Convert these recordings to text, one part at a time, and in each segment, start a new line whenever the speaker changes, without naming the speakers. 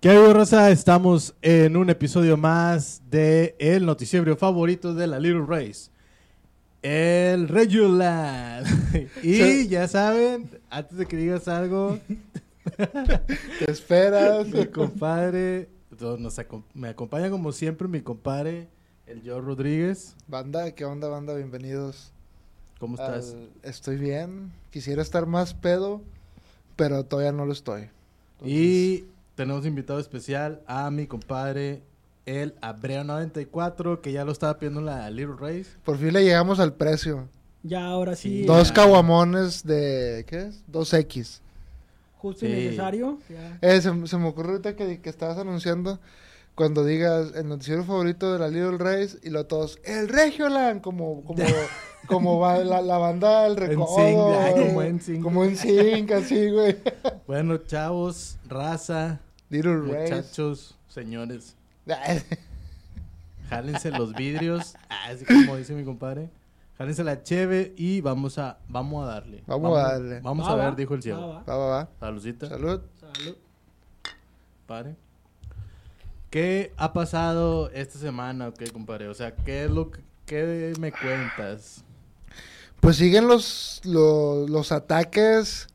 ¿Qué hay, Rosa? Estamos en un episodio más de el noticiero favorito de la Little Race. El Regular. y
Sí.
ya saben, antes de que digas algo,
Te esperas.
mi compadre, no, nos acom- me acompaña como siempre mi compadre, el Joe Rodríguez.
Banda, ¿qué onda, banda? Bienvenidos.
¿Cómo
Ah,
estás?
al- Estoy bien. Quisiera estar más pedo, pero todavía no lo estoy.
Y tenemos invitado especial a mi compadre, el Abreu94, que ya lo estaba pidiendo en la Little Race.
Por fin le llegamos al precio.
Ya, ahora sí.
Sí.
Dos
ya.
caguamones de. ¿Qué es? 2X.
Justo y
Sí.
necesario. ya.
Eh, se, se me ocurrió ahorita que, que estabas anunciando cuando digas el noticiero favorito de la Little Race y lo todos, el Regiolan, como, como, como va la, la banda del
En
recodo.
sync, ay,
güey.
como en sync.
Como en sync, así, güey.
Bueno, chavos, raza,
Little Race.
muchachos, señores,
Ay,
jálense los vidrios, así como dice mi compadre. Jálense la cheve y vamos a, vamos a darle.
Vamos a darle.
Vamos
Va,
a
Ah, va,
ver, dijo el
va,
ciego.
va.
Va, va, va.
Saludcita,
Salud.
Salud.
compadre. ¿Qué ha pasado esta semana, ok, compadre? O sea, ¿qué es lo que qué me cuentas?
Pues siguen los, los, los ataques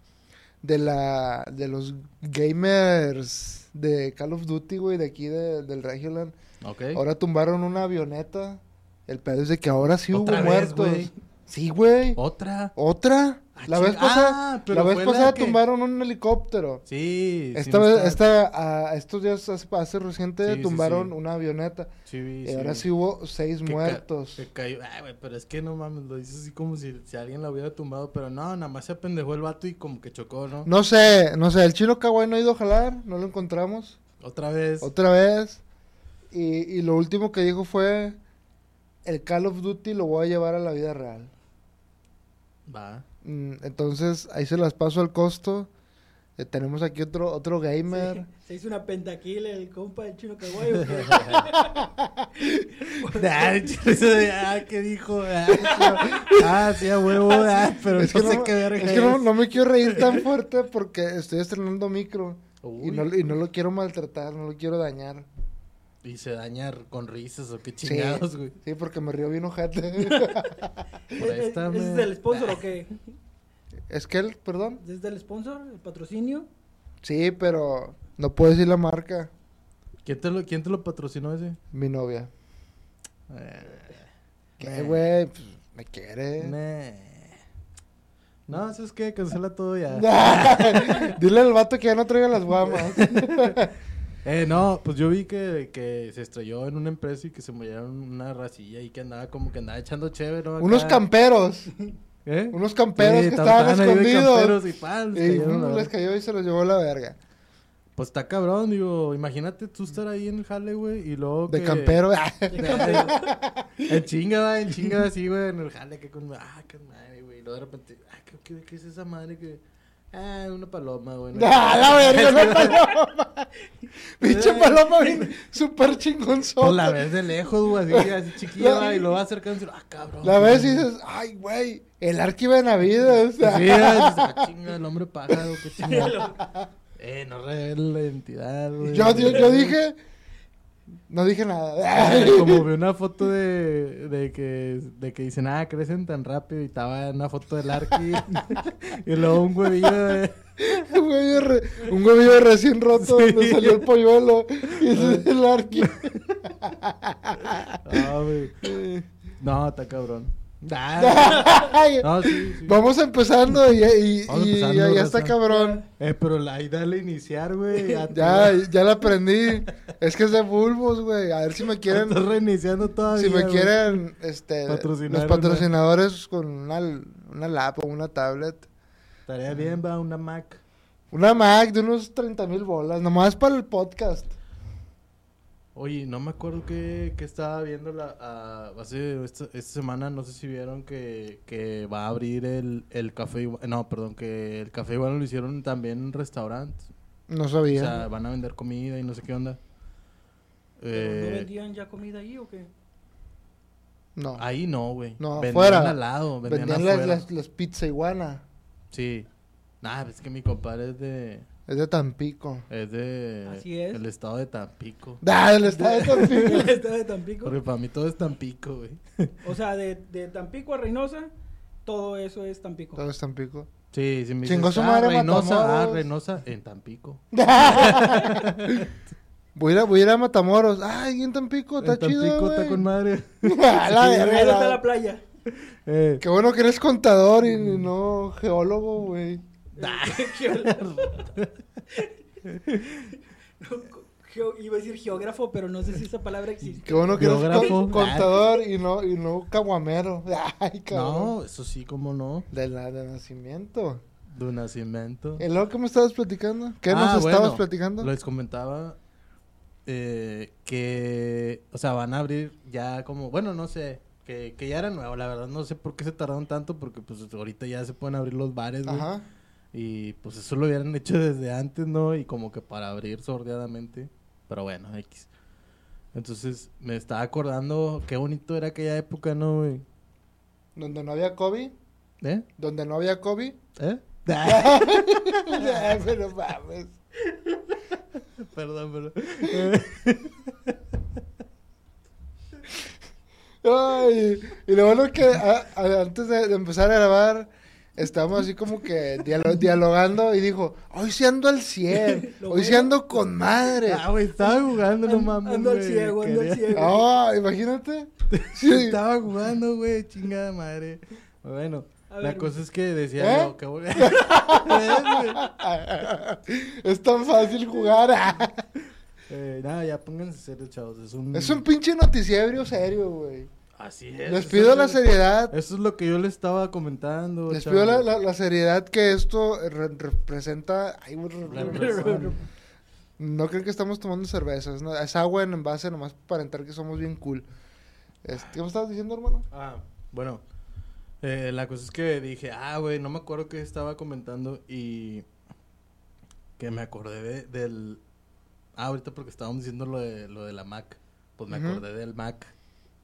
de la de los gamers de Call of Duty, güey, de aquí de- del Regioland.
¿Ok?
Ahora tumbaron una avioneta. El pedo es de que ahora sí hubo
Otra vez,
muertos.
güey.
Sí, güey.
¿Otra?
¿Otra?
Ah,
La vez
ching-
pasada,
ah, pero
la vez
fue la
pasada
que-
tumbaron un helicóptero.
Sí. sí
Esta
me
vez,
está-
esta, a- estos días hace, hace
Sí,
reciente
sí,
tumbaron
sí.
una avioneta.
Sí, vi,
y ahora
vi.
sí hubo seis
Que ca-
muertos.
que cayó. Ah, güey, pero es que no mames, lo dices así como si, si alguien la hubiera tumbado, pero no, nada más se apendejó el vato y como que chocó, ¿no?
No sé, no sé, el chino kawaii no ha ido a jalar, no lo encontramos.
Otra vez.
Otra vez. Y, y lo último que dijo fue, el Call of Duty lo voy a llevar a la vida real.
Va.
Mm, Entonces, ahí se las paso al costo. Eh, tenemos aquí otro, otro gamer.
Se, se hizo una pentaquil el compa del chino kawaii. ¿o qué?
Ah, el chile ese de, ah, ¿qué dijo? Ah, sí, ah, sí, a huevo, ah, pero
Es
no
que,
sé
no,
qué verga
es que no-
es.
no me quiero reír tan fuerte porque estoy estrenando micro.
Uy,
Y no, y no lo quiero maltratar, no lo quiero dañar.
y se daña con risas o qué
Sí,
chingados, güey.
Sí, porque me río bien ojete.
¿Es, es,
Préstame.
¿Es del sponsor o qué?
es que él, perdón.
¿Es del sponsor? ¿El patrocinio?
Sí, pero no puedo decir la marca.
¿Quién te lo, quién te lo patrocinó ese?
Mi novia.
Eh,
¿Qué,
Nah.
güey? Pues, me quiere.
nah. Eh, No, ¿sabes qué? Cancela todo ya.
Dile al vato que ya no traiga las guamas.
Eh, no, pues yo vi que, que se estrelló en una empresa y que se murieron una racilla y que andaba como que andaba echando chévere, ¿no? Acá.
unos camperos.
¿Eh?
Unos camperos
Sí,
que
estaban
estaban
ahí de
escondidos.
camperos y pan, se
Y
cayeron, la
mm, les
verdad.
cayó y se los llevó la verga.
Pues está cabrón, digo, imagínate tú estar ahí en el jale, güey, y luego
De
que-
campero.
En chinga, va, en chinga así, güey, en el jale que con... Ah, qué madre, güey. Y luego de repente, ah, ¿qué, qué, qué es esa madre que...? Ah, una paloma, güey. no-
¡Ah, la verga! ¡Una paloma! ¡Pinche paloma bien súper
Pues la
chingonzota!
ves de lejos, güey, así, así chiquilla,
La-
va, y lo va acercando y dice, ah, cabrón.
La ves y
güey.
dices, ¡ay, güey! El Arqui Benavides.
Sí, ah, chinga, el hombre pájaro, qué chingada.
Lo-
Eh, no revela la identidad, güey.
Yo, yo, yo dije... No dije nada.
Ay, Como vi una foto de, de que de que dicen, ah, crecen tan rápido y estaba una foto del Arqui y luego un huevillo de...
Un huevillo re- un huevillo recién roto donde
Sí.
salió el polluelo. Y ese es el arqui.
Ah, güey. No, está cabrón. Ah,
Ay,
no, sí, sí.
Vamos empezando y, y-
Vamos
y-
empezando,
ya, ya
raza.
está cabrón.
Eh, pero la idea de iniciar, güey.
Ya, ya la aprendí. Es que es de bulbos, güey. A ver si me quieren...
Estás reiniciando todavía,
Si me
güey.
quieren, este,
Patrocinar
los
una-
patrocinadores con una, una lap o una tablet.
Estaría bien, va, una Mac.
Una Mac de unos 30 mil bolas, nomás para el podcast.
Oye, no me acuerdo que, estaba viendo la, ah, hace esta, esta semana, no sé si vieron que, que va a abrir el, el café, Igu- no, perdón, que el café igual lo hicieron también en restaurantes.
No
O sea,
sabía.
van a vender comida y no sé qué onda.
¿Pero ¿No
Eh,
vendían ya comida ahí o qué?
no.
ahí no, güey.
No,
vendían
afuera.
al lado, vendían,
Vendían
afuera.
las, las, las pizza iguana.
Sí. Nah, es que mi compadre es de,
Es de Tampico.
Es de.
Así es.
El estado de Tampico.
¡Ah, el estado de Tampico!
El estado de Tampico.
Porque para mí todo es Tampico, güey.
O sea, de, de Tampico a Reynosa, todo eso es Tampico.
Todo es Tampico.
Sí, sí, me
Chingó su
"Ah,
madre
Reynosa, ah,
Matamoros".
Reynosa, en Tampico.
Voy a ir a, voy a, ir a Matamoros. ¡Ay, en Tampico! Está
en Tampico
chido,
está
güey.
con madre.
A la
Ahí
verga,
está
la-
la playa.
Eh,
Qué bueno que eres contador y
Mm.
no geólogo, güey.
Geo- iba a decir geógrafo, pero no sé si esa palabra existe.
Qué bueno que eres
Geógrafo.
con- contador y no, y no caguamero. Ay, cabrón.
no, eso sí, cómo no.
De, la, de nacimiento.
De un nacimiento.
¿El lo que me estabas platicando? ¿Qué
Ah,
nos
bueno,
estabas platicando?
Les comentaba eh, que, o sea, van a abrir ya como, bueno, no sé, que, que ya era nuevo, la verdad, no sé por qué se tardaron tanto, porque pues ahorita ya se pueden abrir los bares, güey.
Ajá.
Y pues eso lo hubieran hecho desde antes, ¿no? Y como que para abrir sordeadamente. Pero bueno, X. Entonces me estaba acordando qué bonito era aquella época, ¿no, güey?
Donde no había COVID.
¿Eh?
Donde no había COVID.
¿Eh?
Ay, pero mames.
perdón, perdón.
Ay, y lo bueno que a- a- antes de, de empezar a grabar, estábamos así como que dialo- dialogando y dijo, hoy sí ando al 100,
Lo
hoy sí
bueno.
ando con madre.
Ah, güey, estaba jugando, no
An-
mames.
ando al
güey.
ciego, ando al
Quería-
ciego.
Ah, imagínate. Sí.
Estaba jugando, güey, chingada madre. Bueno,
A
la
ver.
cosa es que decía
¿Eh?
yo, que ¿Eh? vol- ¿Ves, güey?
Es tan fácil jugar. ah.
Eh, nada, ya pónganse serios, chavos. Es un.
Es un pinche noticiero serio, güey.
Así es.
Les
eso
pido
es
la
lo-
seriedad.
Eso es lo que yo les estaba comentando.
Les
chavos.
pido la, la- la seriedad que esto re- representa. ay, güey, re-
Representa.
No creo que estamos tomando cervezas, ¿no? Es agua en envase nomás para entrar que somos bien cool. Este, ¿Qué me estabas diciendo, hermano?
Ah, bueno. Eh, la cosa es que dije, ah, güey, no me acuerdo qué estaba comentando y que me acordé de- del... Ah, ahorita porque estábamos diciendo lo de, lo de la Mac. Pues me
Ujú.
acordé del Mac.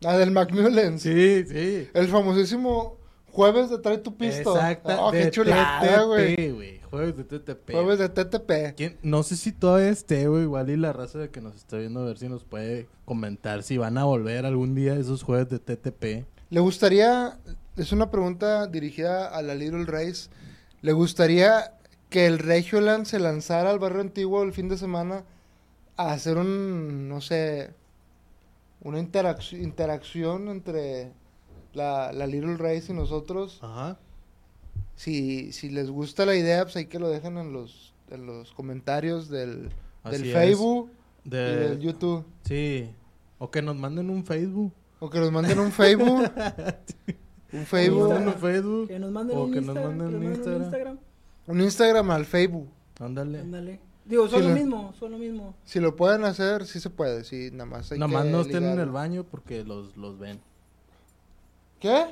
Ah, del Macmillan.
Sí, sí.
El famosísimo jueves de Trae tu Pisto.
Exacta.
Oh, qué
de
chulada,
TTP,
güey.
güey. Jueves de TTP.
Jueves de TTP.
¿Quién? No sé si todavía esté, güey, igual y la raza de que nos está viendo a ver si nos puede comentar si van a volver algún día esos jueves de TTP.
¿Le gustaría, es una pregunta dirigida a la Little Race, ¿le gustaría que el Regioland se lanzara al barrio antiguo el fin de semana a hacer un, no sé, una interac- interacción entre la, la Little Race y nosotros?
Ajá.
Si, si les gusta la idea, pues hay que lo dejen en los, en los comentarios del, del
Así es. Eh.
Facebook
De...
y del YouTube.
Sí. O que nos manden un Facebook.
O que nos manden un Facebook.
Facebook.
un Facebook.
un Facebook.
Que nos manden
O
un
que nos
Instagram.
manden un
que nos manden un
Instagram.
Instagram.
Un Instagram al Facebook.
Ándale.
Ándale. Digo, son
Sí,
lo
la-
mismo, son lo mismo.
Si lo pueden hacer, sí se puede. Sí, nada más hay
Nada más
que
no estén en
ligar.
el baño porque los, los ven.
¿Qué?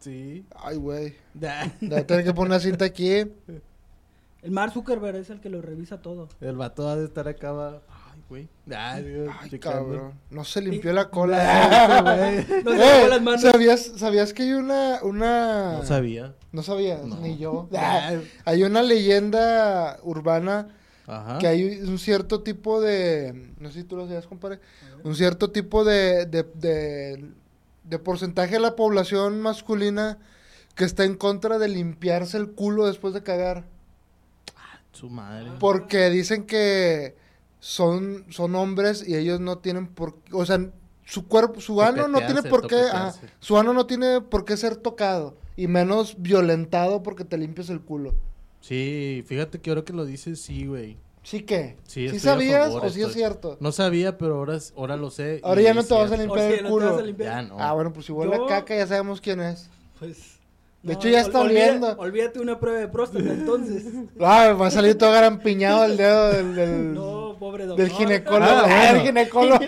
Sí.
Ay, güey.
el
Le voy a tener que poner una cinta aquí.
Eh, El Mark Zuckerberg es el que lo revisa todo.
vato ha de estar acá. va- Ay, güey. Ay, Dios,
Ay,
checando.
cabrón. No se limpió la cola.
Güey.
No se
Eh,
lavó las manos.
¿sabías, ¿Sabías que hay una... una...
No sabía.
No sabías,
No.
ni yo.
Ay.
Hay una leyenda urbana
Ajá.
que hay un cierto tipo de... No sé si tú lo sabías, compadre. Un cierto tipo de, de, de, de porcentaje de la población masculina que está en contra de limpiarse el culo después de cagar.
Su madre.
Porque dicen que son, son hombres y ellos no tienen por o sea, su cuerpo, su ano no tiene
Toquetearse,
por qué, ajá,
toquetearse.
su ano no tiene por qué ser tocado y menos violentado porque te limpias el culo.
Sí, fíjate que ahora que lo dices, sí, güey.
¿Sí que?
Sí,
¿Sí,
estoy a
sabías
favor,
o sí es
estoy-
cierto?
No sabía, pero ahora, es- ahora lo sé. y
Ahora ya no
es
te vas a
cierto.
limpiar el
si no te vas
culo.
a limpiar,
Ya no.
Ah, bueno, pues si huele
Yo-
a caca ya sabemos quién es.
Pues.
De hecho, ya está oliendo.
olvida- Olvídate una prueba de próstata, entonces.
Ah, va a salir todo garampiñado el dedo del, del,
No, pobre doctor.
del ginecólogo.
Ah,
Ah, el
bueno.
ginecólogo.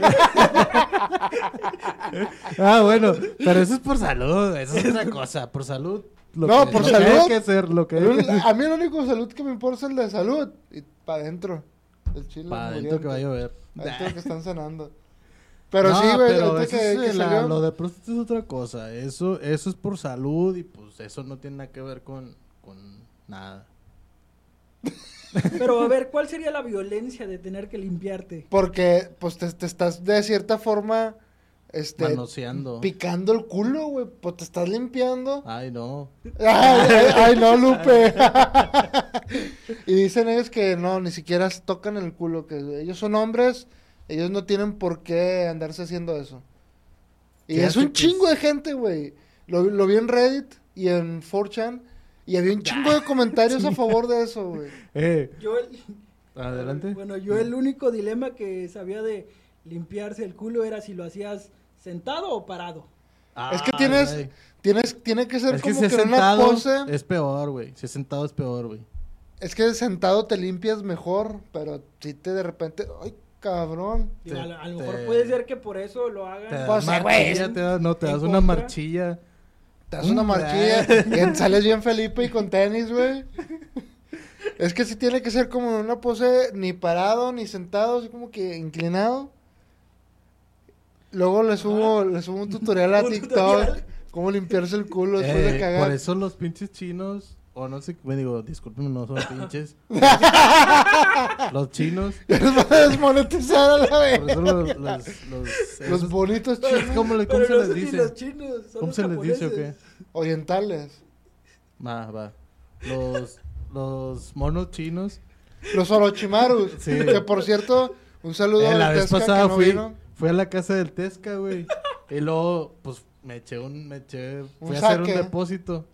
Ah, bueno, pero eso es por salud, eso es otra cosa, por salud. lo
No,
que-
por
lo que
salud.
hay que hacer, lo que
El un- a mí el único salud que me importa es el de salud. Y para adentro. El chile.
Para adentro
muriente.
que va a llover.
Adentro que están sanando. Pero sí,
No,
güey.
pero
ahorita
eso
que-
es
que
la-
salió-
lo de próstata es otra cosa, eso eso es por salud y pues eso no tiene nada que ver con, con nada.
Pero a ver, ¿cuál sería la violencia de tener que limpiarte?
Porque, pues, te, te estás de cierta forma, este,
Manoseando.
picando el culo, güey. Pues te estás limpiando.
Ay, no.
Ay, ay, ay, no, Lupe. y dicen ellos que no, ni siquiera se tocan el culo, que ellos son hombres, ellos no tienen por qué andarse haciendo eso. Y
¿Qué
es un
hace que es?
chingo de gente, güey. Lo, lo vi en Reddit y en 4chan y había un chingo de comentarios a favor de eso, güey.
Eh,
Yo el-
adelante.
Bueno, yo el único dilema que sabía de limpiarse el culo era si lo hacías sentado o parado.
es que
Ah,
tienes,
güey.
tienes, tiene que ser
Es que
como
si es
que, una
sentado
pose. Es...
es peor, güey. Si es sentado es peor, güey.
que sentado te limpias mejor, pero si te de repente, ay, cabrón.
Digo,
Te-
a, lo- a lo
te-
mejor puede ser que por eso lo hagan.
Te das
Pues,
marchilla,
güey,
es-
te das- no, te
en
das una
contra.
marchilla.
Te das una
Mm,
marquilla,
eh.
bien- sales bien Felipe y con tenis, güey. Es que sí tiene que ser como en una pose ni parado ni sentado, así como que inclinado. Luego le subo, le subo un tutorial a
Ah. Un
TikTok,
tutorial.
cómo limpiarse el culo después de
Eh,
cagar.
por eso los pinches chinos, o no sé, me digo, disculpen, no son pinches. los chinos,
Ya nos van a desmonetizar a la
por
vez.
eso los... los, los-
Los
esos-
bonitos
es
chinos
como le- ¿Cómo
Pero
se
no
les
son ni
dice?
los chinos, son
¿Cómo
los
se les dice o qué?
japoneses.
orientales.
Va, va. Los, los monos chinos.
Los orochimarus.
Sí.
Que por cierto, un saludo
Eh,
a
la
la
vez
Tesca que
pasada
no
fui,
vino.
fui a la casa del Tesca, güey. y luego, pues, me eché un... Me eché, fui a hacer
saque.
un depósito.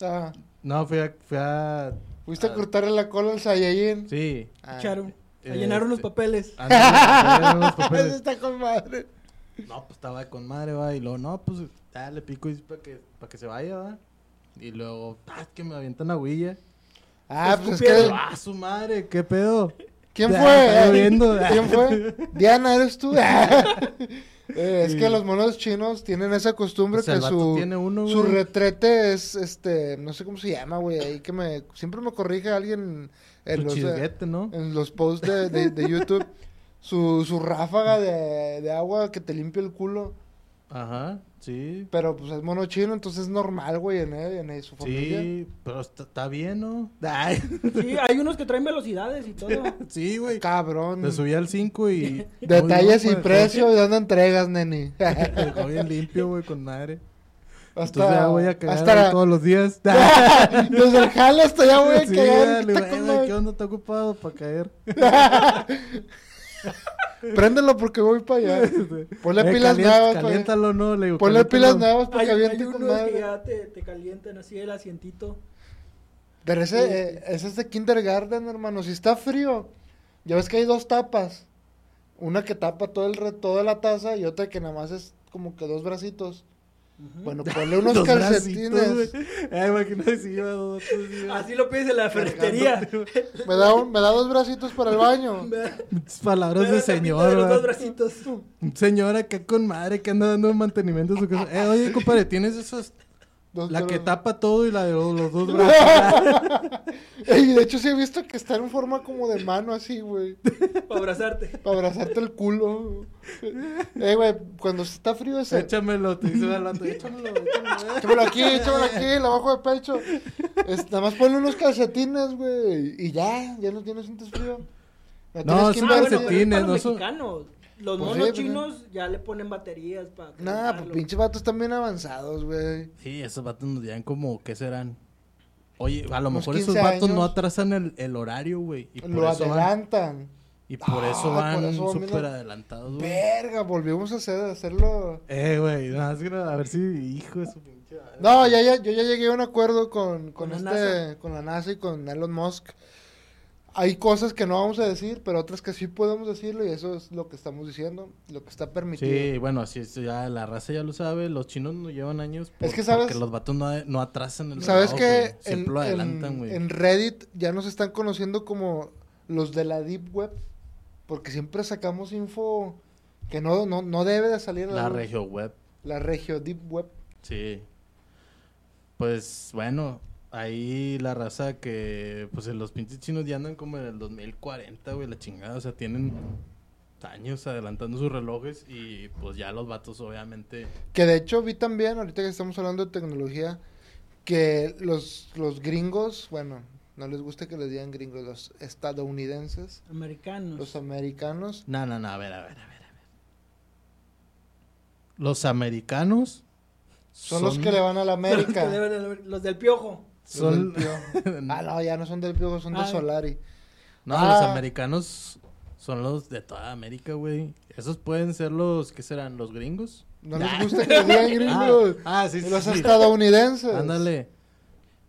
Ah,
No, fui a... Fui a
fuiste a
Ah.
cortarle la cola al Saiyajin.
sí.
Ah.
Echaron, a
Eh,
llenar unos
este-
papeles.
ándale, me dieron los
Eso
papeles.
está con madre.
No, pues estaba con madre, va. Y luego, no, pues, ah, le pico y para que, para que se vaya, va. Y luego, ah, es que me avientan agüilla.
Ah, pues es
Pero,
que.
Escupieron.
ah, su madre, qué pedo.
¿Quién
Ya,
fue?
estaba viendo.
¿Quién fue? Diana, ¿eres tú? Eh, es que los monos chinos tienen esa costumbre
O sea,
que
Pues el vato
su,
tiene uno,
su
güey.
retrete es, este, no sé cómo se llama, güey, ahí que me, siempre me corrige alguien en
Su
los, eh,
chisguete, ¿no?
en los posts de, de- de YouTube, su, su ráfaga de, de agua que te limpia el culo,
Ajá, sí.
pero pues es mono chino, entonces es normal, güey, en él, en él, su familia.
Sí, pero está, está bien, ¿no? Ay,
Sí, hay unos que traen velocidades y todo.
sí, güey.
Cabrón.
Me subí al 5 y...
Detalles y
Muy bien,
precio y dónde entregas, neni.
güey. Dejó bien limpio, güey, con madre.
Hasta,
Entonces ya voy a cagar
hasta
ahí
la-
todos los días.
Desde el jale hasta ya voy a
Sí,
cagar.
dale,
está
güey, "Eh,
con
güey,
madre.
¿Qué onda? Está ocupado para caer.
Préndelo porque voy para allá. Ponle
Eh,
pilas
calien-
nuevas. pa' allá.
Caliéntalo, no, le digo.
Ponle pilas
caliéntalo.
nuevas
Hay,
porque
hay
aviente con
unos que
madre.
ya te, te calientan así el asientito.
Pero ese, eh, ese es de kindergarten, hermano. Si está frío, ya ves que hay dos tapas. Una que tapa todo el re- toda la taza y otra que nada más es como que dos bracitos.
Ujú.
Bueno, ponle unos
Los
calcetines.
bracitos, güey. Eh, imagínate si iba dos, tres días.
Así lo pides en la ferretería.
Me da, un- me da dos bracitos para el baño.
Muchas palabras de
De los dos
señor.
bracitos.
güey. Señora, acá con madre que anda dando mantenimiento a su casa. Eh, oye, compadre, ¿tienes esas?
Dos-
La que
dos-
tapa todo y la de los, los dos brazos.
Ey, de hecho sí he visto que está en forma como de mano así, güey.
Para abrazarte.
Para abrazarte el culo. Ey, güey, cuando está frío ese...
Échamelo, te dice el vato, Échamelo, échamelo. eh.
Échamelo aquí, échamelo aquí, lo bajo de pecho. Es- nada más ponle unos calcetines, güey. Y ya, ya no tienes sientes frío.
No,
tienes
sí,
que
Ah, bueno, pero
calcetines,
es para los
no son-
mexicanos. Los
Pues sí,
monos
pero-
chinos ya le ponen baterías para.
Nah, pues pinche vatos están bien avanzados, güey.
Sí, esos vatos nos dirán como, ¿qué serán? Oye, a lo
Unos
mejor esos
15
vatos no
años.
atrasan el, el horario, güey. Y por
Lo
eso van,
adelantan.
y por eso
Ah, por
van
eso van bien
súper
a-
adelantados, güey.
Verga, volvimos a hacer, a hacerlo.
Eh, güey, nada más que nada, a ver si hijo de su pinche madre.
No, ya, ya, yo ya llegué a un acuerdo con, con,
Con la
este, con la NASA y con Elon Musk. Hay cosas que no vamos a decir, pero otras que sí podemos decirlo y eso es lo que estamos diciendo, lo que está permitido.
Sí, bueno, así es, ya la raza ya lo sabe, los chinos no llevan años por-
Es que, ¿sabes?
porque los vatos no, ad- no atrasan el
¿Sabes
reloj,
que
güey.
en,
Siempre lo adelantan,
en-
güey.
en Reddit ya nos están conociendo como los de la Deep Web? Porque siempre sacamos info que no, no, no debe de salir a
La
luz.
regio web.
La regio Deep Web.
Sí. Pues bueno, ahí la raza que, pues en los pinches chinos ya andan como en el 2040, güey, la chingada, o sea, tienen años adelantando sus relojes y pues ya los vatos obviamente...
Que de hecho vi también, ahorita que estamos hablando de tecnología, que los, los gringos, bueno, No les gusta que les digan gringos, los estadounidenses,
Mm.
Americanos.
los americanos.
No, no, no, a ver, a ver, a ver. a ver. Los americanos
Son, los que le van a la América.
Los, que deben de- los del piojo.
son-
Son... ah, no, ya no son del Piojo, son de
Ah.
Solari.
No,
Ah.
los americanos son los de toda América, güey. Esos pueden ser los, ¿qué serán? ¿Los gringos?
No les gusta que les digan gringos.
Ah, ah, sí, sí.
Los
sí.
estadounidenses.
Ándale.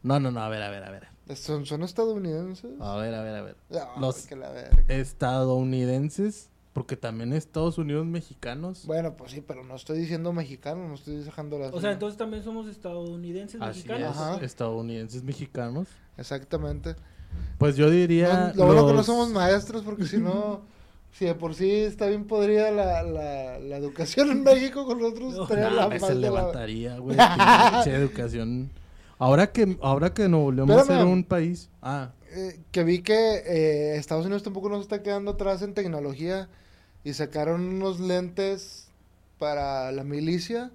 No, no, no, a ver, a ver, a ver.
¿Son, son estadounidenses?
A ver, a ver, a ver.
Ah,
los-
que la verga.
Estadounidenses, porque también Estados Unidos mexicanos.
Bueno, pues sí, pero no estoy diciendo mexicano, no estoy dejando las.
O sea, entonces también somos estadounidenses
Así
mexicanos.
es,
Pues Ajá.
estadounidenses mexicanos.
Exactamente.
Pues yo diría.
No, lo bueno que no
los-
somos maestros, porque si no. Si de por sí está bien podrida la, la, la educación en México, con nosotros
No,
estaría
Nah,
la
me
más
se
de la-
levantaría, güey. pinche educación. Ahora que, ahora que nos volvemos a
Espérame.
ser un país. Ah,
Eh, que vi que eh, Estados Unidos tampoco nos está quedando atrás en tecnología y sacaron unos lentes para la milicia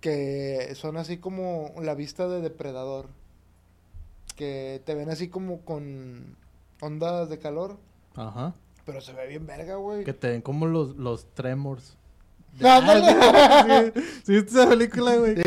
que son así como la vista de depredador. Que te ven así como con ondas de calor,
ajá.
pero se ve bien verga, güey.
Que te den como los, los tremors.
¡Ándale!
Ah, sí, sí, viste esa película, güey.
Sí,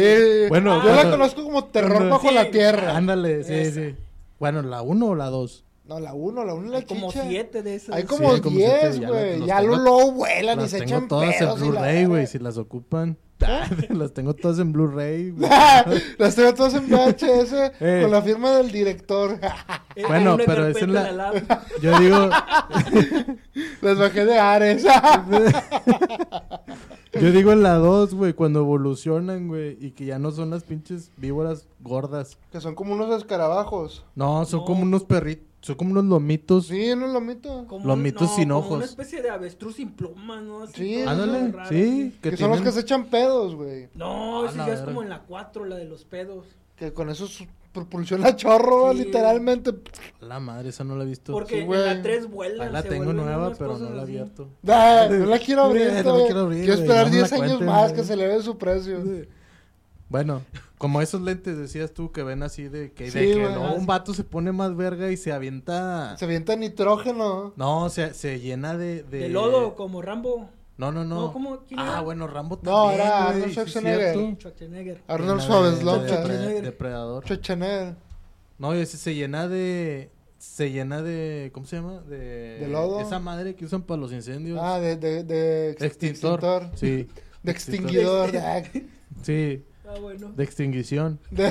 Bueno,
yo la
cuando-
conozco como terror
cuando-
bajo la
Sí. Ah,
tierra.
Ándale, sí,
Esa.
sí. Bueno, la 1 o la 2.
No, la uno, la uno es la
Hay como
chicha.
siete de esas.
Hay como
hay como siete,
10,
ya
güey.
la- los
Ya
tengo-
lo luego vuelan y
Las
se
tengo
echan
todas en
pedos y la
Blu-ray, güey,
verga. ¿Eh?
si las ocupan. las tengo todas en Blu-ray, güey.
Las tengo todas en VHS
Eh.
con la firma del director.
Eh, hay
Bueno,
una
pero es
carpeta
en la-
lab.
Yo digo,
Las bajé de Ares.
yo digo en la 2, güey, cuando evolucionan, güey, y que ya no son las pinches víboras gordas.
que son como unos escarabajos.
No, son
No.
como unos perritos, son como unos lomitos.
Sí, no lo mito.
Como
Los
un-
mitos sin
como
ojos.
Una especie de avestruz sin plumas, ¿no? Así
Sí,
todo
Ándale,
raro,
sí,
así.
Que,
que,
son los
tienen-
que se echan pedos, güey.
No,
Ah,
eso
la
ya es
verga.
como en la 4, la de los pedos.
Que con eso su- propulsiona chorro,
Sí.
literalmente.
La madre, esa no la he visto.
Porque en
güey.
la 3 vuelan.
Ahí la
se
tengo
vuelven
nueva,
unas
pero no
cosas
la he
así.
abierto.
Ay, no la quiero abrir.
No la
todavía.
quiero abrir, güey,
esperar
no me la
10 años
cuenten,
más
güey.
que se le eleve su precio.
Bueno, como esos lentes decías tú que ven así de que, de
Sí,
que
güey.
luego un vato se pone más verga y se avienta.
Se avienta nitrógeno.
No, se, se llena de, de.
De lodo, como Rambo.
No, no, no.
No, ¿cómo? ¿Quién
ah,
era?
bueno, Rambo también.
No, era
güey,
Arnold
sí es
Schwarzenegger.
cierto.
Schwarzenegger.
Llena
Arnold
de-
Schwarzenegger.
de depre-
Schwarzenegger.
Depredador.
Schwarzenegger.
No, y ese se llena de. Se llena de. ¿Cómo se llama? De.
De lodo.
Esa madre que usan para los incendios.
Ah, de, de, de ex-
extintor. Sí.
De extinguidor. de-
Sí,
Ah, bueno.
de extinguición.
de-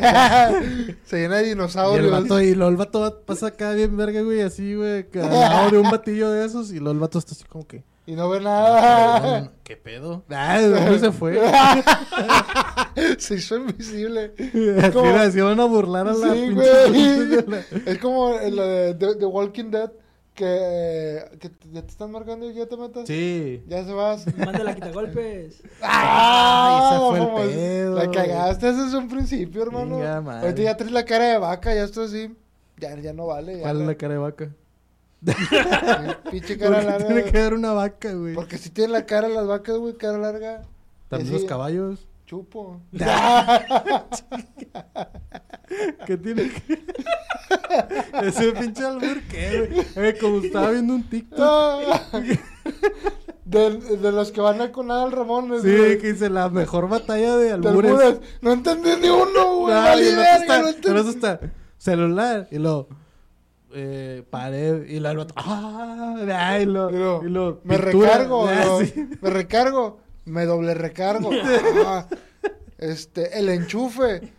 se llena de
Y el
dinosaurios.
vato, y lo, el vato va- pasa acá bien verga, güey, así, güey, que abre un batillo de esos y lo, el vato está así como que...
Y no ve
"Ah,
nada.
perdón, ¿Qué pedo? Ah, ¿de ¿dónde se fue?
Ah, se hizo invisible.
Así,
¿Cómo?
Mira, se van a burlar a la
Sí,
pinche...
güey. Es como en la de The, The Walking Dead que, que te- ya te están marcando y ya te metas.
Sí.
Ya se vas.
Manda la quitagolpes.
Ah, ese fue el
vamos,
pedo.
La cagaste desde un principio, hermano.
Venga, madre.
Ahorita ya traes la cara de vaca, ya esto así. Ya, ya no vale. ya
¿Cuál es
no-
la cara de vaca?
Pinche cara
Porque
larga.
tiene
güey.
que haber una vaca, güey.
Porque si tienen la cara las vacas, güey, cara larga.
También
Sí.
los caballos.
Chupo.
¿Qué tiene que...? Ese pinche albur, ¿qué, güey? Eh, como estaba viendo un TikTok.
De, de los que van a conar al Ramón.
Sí, que dice la mejor batalla de albures.
No entendí ni uno, güey.
No,
vale
y el otro
verga,
está-
no
el
entendí.
otro está, celular y lo eh, pared y lo el vato, ah, ah, y lo,
Y luego,
y lo,
me
pintura,
recargo,
ah,
luego,
sí.
me recargo, me doble recargo. Ah, este, el enchufe,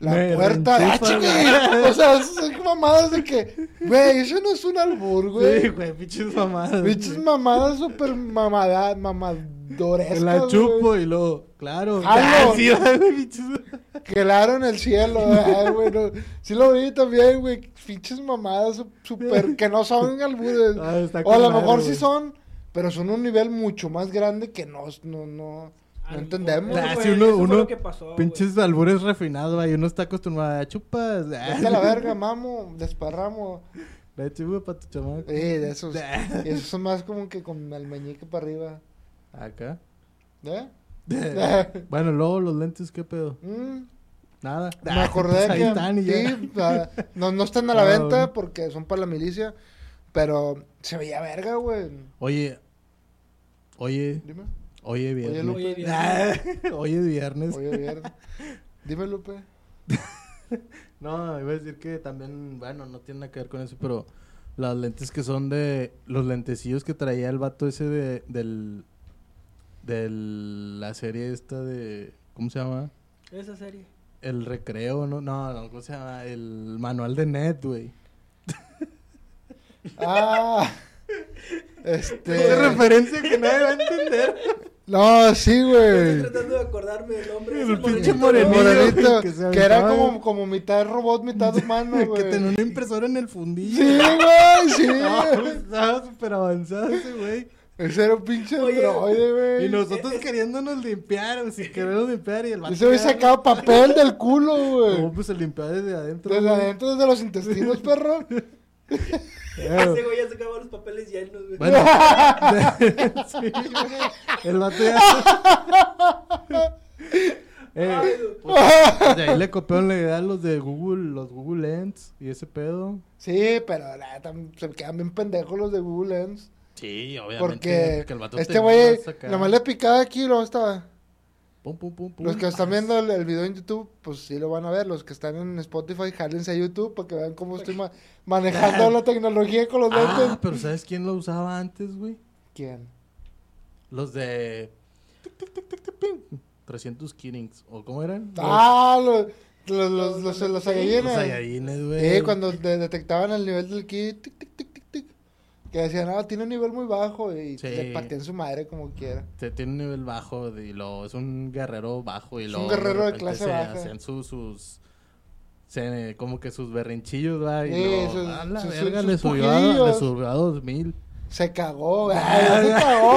la
Me
puerta. ¡Ah,
reenchufa,
chingue! O sea, esas son mamadas de que, güey, eso no es un albur,
Sí,
güey.
güey, pinches mamadas.
Bichas
güey.
mamadas super mamada,
Me
mamadorescas.
la chupo
güey.
y luego, claro.
Jalo.
Ah, sí, güey, pinches-
Claro en el cielo, ay, güey. no. Sí lo vi también, güey. Pinches mamadas su- super que no son albures.
Ah, está
o a
con
lo
madre,
mejor sí
güey.
son, pero son un nivel mucho más grande que no, no, no, no entendemos.
Ah,
Eso
sí,
fue-
uno,
eso fue
uno,
lo que pasó, güey.
pinches albures refinados, güey, uno está acostumbrado a chupas. ah,
Vete a la verga, mamo, desparramo.
la chupa para tu chamaco.
Eh, de esos.
Ah,
Y esos son más como que con el meñique para arriba.
Acá.
¿Eh?
Eh. Bueno, luego los lentes, ¿qué pedo?
Mm.
Nada.
Me acordé
Pues ahí
que
están y ya.
sí, ah, no, no están a la
Ah,
venta
bueno.
porque son para la milicia, pero se veía verga, güey.
Oye, oye,
Dime.
oye viernes.
Lupe.
Oye
Oye,
viernes.
viernes.
oye viernes.
Oye, viernes. Dime, Lupe.
No, iba a decir que también, bueno, no tiene nada que ver con eso, pero las lentes que son de los lentecillos que traía el vato ese de del de la serie esta de ¿cómo se llama?
Esa serie.
El recreo, no, no, no, ¿cómo se llama? El manual de net, güey.
Ah.
Qué
Este.
referencia que nadie va a entender.
No, sí,
Estoy
güey.
tratando de acordarme del nombre.
El
ese
pinche
morenito, ¿no?
morenito.
Morenito,
que se
que era
aventaba.
como, como mitad robot, mitad humano,
que tenía
güey.
una impresora en el fundillo.
Sí, güey, sí.
No, estaba súper avanzado ese güey.
Ese era un pinche
Oye,
androide, güey.
Y nosotros queriéndonos limpiar, o si queremos limpiar y el vato.
Ese güey sacaba papel del culo,
No,
güey.
pues se limpiaba desde adentro.
Desde
güey.
adentro, desde los intestinos, perro.
Ese güey ya sacaba los papeles y él nos ve.
Bueno, sí, güey. el vato ya.
Ay,
Eh,
güey.
pues, de ahí le copiaron la idea a los de Google, los Google Lens y ese pedo.
Sí, pero la neta, se quedan bien pendejos los de Google Lens.
Sí,
Porque este güey, nomás le picaba aquí y luego estaba.
Pum, pum, pum, Ah, pum.
Los que están viendo el, el video en YouTube, pues sí lo van a ver. Los que están en Spotify, jálense a YouTube para que vean cómo estoy ma- manejando la tecnología con los
Ah,
lentes.
pero ¿sabes quién lo usaba antes, güey?
¿Quién?
Los de. tic, tic, tic, tic, tic, ping, 300 Killings. ¿O cómo eran?
Ah, los, los, los, los, los
Los
Saiyajines.
Saiyajines, güey.
Sí, cuando de- detectaban el nivel del ki, tic, tic, tic, tic, tic, que decían, ah, tiene un nivel muy bajo y
Sí.
le patean su madre como quiera.
Te- tiene un nivel bajo de- y lo es un guerrero bajo y
Es
lo
un guerrero de clase
se
baja.
hacían sus sus se- como que sus berrinchillos va y
Sí,
lo-
sus-
a la
sus-
verga
sus
le subió a, le
pujillos.
subió a 2000
Se cagó, güey, ya se cagó.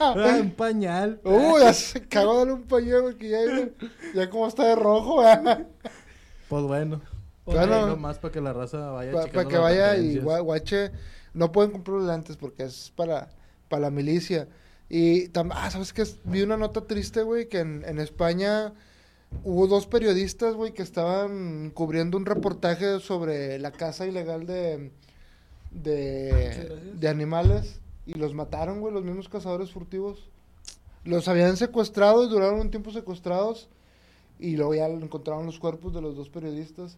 Ah, un pañal
Uy, ya se cagó dale un pañuelo que ya, ya como está de rojo, güey.
pues bueno
Bueno.
ahí nomás para que la raza vaya
para
checando
que
las
vaya y
referencias.
gua- guache. No pueden comprarlo antes porque es para, para la milicia. Y tam- ah, ¿sabes qué? Vi una nota triste, güey, que en, en España hubo dos periodistas, güey, que estaban cubriendo un reportaje sobre la caza ilegal de,
Muchas
de,
gracias.
de animales y los mataron, güey, los mismos cazadores furtivos. Los habían secuestrado y duraron un tiempo secuestrados y luego ya encontraron los cuerpos de los dos periodistas.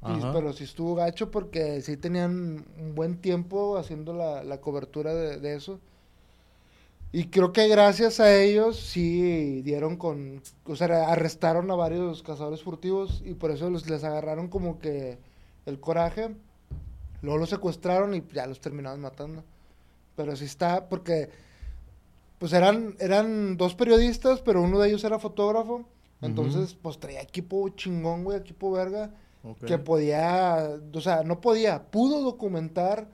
Y-
Ajá.
pues, pero sí estuvo gacho porque sí tenían un buen tiempo haciendo la, la cobertura de, de eso. Y creo que gracias a ellos sí dieron con... O sea, arrestaron a varios cazadores furtivos y por eso los, les agarraron como que el coraje. Luego los secuestraron y ya los terminaron matando. Pero sí está, porque pues eran, eran dos periodistas, pero uno de ellos era fotógrafo. Entonces, pues traía equipo chingón, güey, equipo verga
Ok.
que podía, o sea, no podía, pudo documentar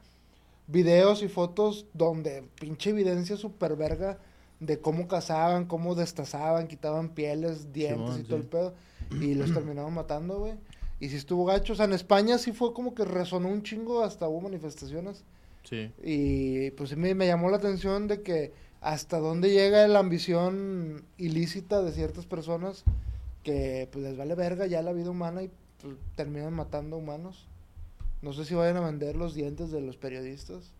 videos y fotos donde pinche evidencia super verga de cómo cazaban, cómo destazaban, quitaban pieles, dientes
Simón,
y todo
sí.
el pedo y los terminaron matando, güey. Y si estuvo gacho, o sea, en España sí fue como que resonó un chingo, hasta hubo manifestaciones
sí
y pues sí me, me llamó la atención de que hasta dónde llega la ambición ilícita de ciertas personas que pues les vale verga ya la vida humana y pues, terminan matando humanos. No sé si vayan a vender los dientes de los periodistas,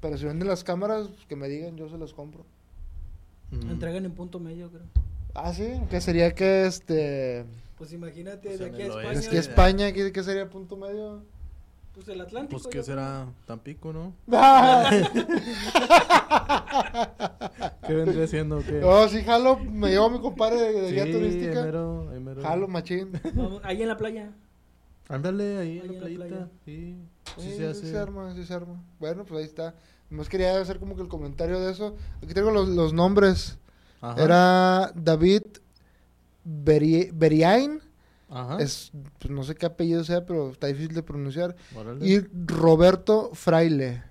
pero si venden las cámaras, pues, que me digan, yo se las compro.
Mm.
Entregan en punto medio, creo.
Ah, sí, que sería que este...
Pues imagínate,
Pues
de
en
aquí a
el
España.
oeste.
Es que España, ¿qué, qué sería punto medio?
Pues el Atlántico.
pues qué
yo creo.
será Tampico no
no,
qué vendría siendo que
Ah, Oh, sí, jalo, me llevo a mi compadre de, de guía turística.
Mero, ahí mero.
Jalo, machín.
Vamos, ahí en la playa.
ándale ahí en
Ahí
la
en la
playita
playa.
sí sí
Sí,
se
sí
hace
se arma, sí se arma. Bueno, pues ahí está. Nomás quería hacer como que el comentario de eso. Aquí tengo los, los nombres.
Ajá.
Era David Beri- Beriain.
Ajá.
Es, pues, no sé qué apellido sea, pero está difícil de pronunciar.
Órale.
Y Roberto Fraile.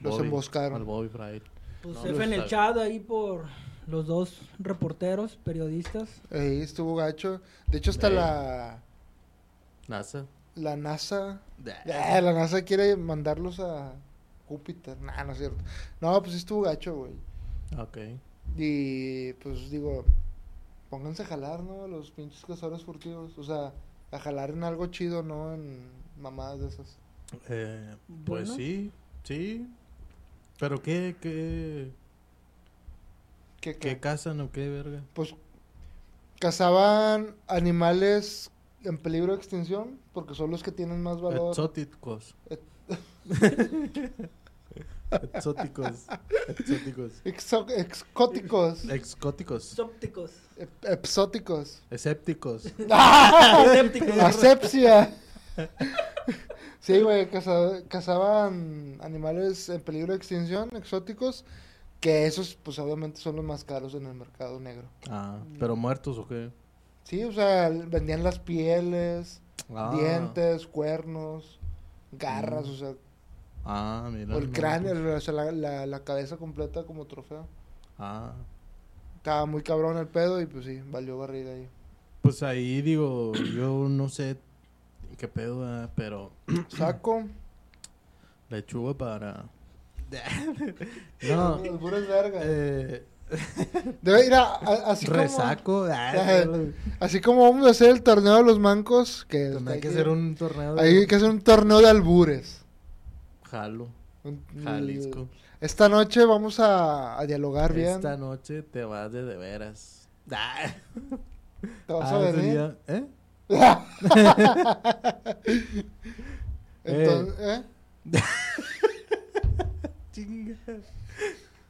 Los
Bobby,
emboscaron.
al Bobby Fried.
Pues
No,
F
no
en
está-
el chat ahí por los dos reporteros, periodistas.
Ahí estuvo gacho. De hecho, hasta
Ey.
la,
NASA.
la NASA.
Nah.
Ah, la NASA quiere mandarlos a Júpiter. Nah, no es cierto. No, pues sí estuvo gacho, güey.
Ok.
Y pues digo, pónganse a jalar, ¿no? Los pinches cazadores furtivos. O sea, a jalar en algo chido, no en mamadas de esas.
Eh, pues
Bueno.
sí, sí. ¿Pero qué, qué,
¿Qué,
qué
qué?
cazan o qué verga?
Pues cazaban animales en peligro de extinción porque son los que tienen más valor.
Exóticos.
Et-
Exóticos. Exóticos.
Exo- Excóticos.
Excóticos.
Ópticos.
ep- Epsóticos.
Escépticos.
Escépticos.
Asepsia. sí, güey, caza- cazaban animales en peligro de extinción, exóticos, que esos pues obviamente son los más caros en el mercado negro.
Ah, pero muertos o qué?
Sí, o sea, vendían las pieles,
Ah,
dientes, cuernos, garras,
Mm.
o sea,
Ah, mira.
o el
no,
cráneo,
pues.
o sea, la, la- la cabeza completa como trofeo.
Ah.
Estaba muy cabrón el pedo y pues sí, valió barriga ahí.
Pues ahí digo, yo no sé qué pedo, ¿verdad? pero
Saco,
lechuga para. no.
las puras vergas.
Eh,
Debe ir a, a- así como...
resaco. ah,
Ajá.
no,
Así como vamos a hacer el torneo de los mancos, que
También
hay
pues, hay que hacer un torneo de
hay que hacer un torneo de albures.
Jalo,
Un-
Jalisco.
Esta noche vamos a, a dialogar bien.
Esta noche te vas de de veras. Ah,
¿Te vas a
ah,
venir?
sería- ¿Eh?
Entonces, ¿eh?
Chinga.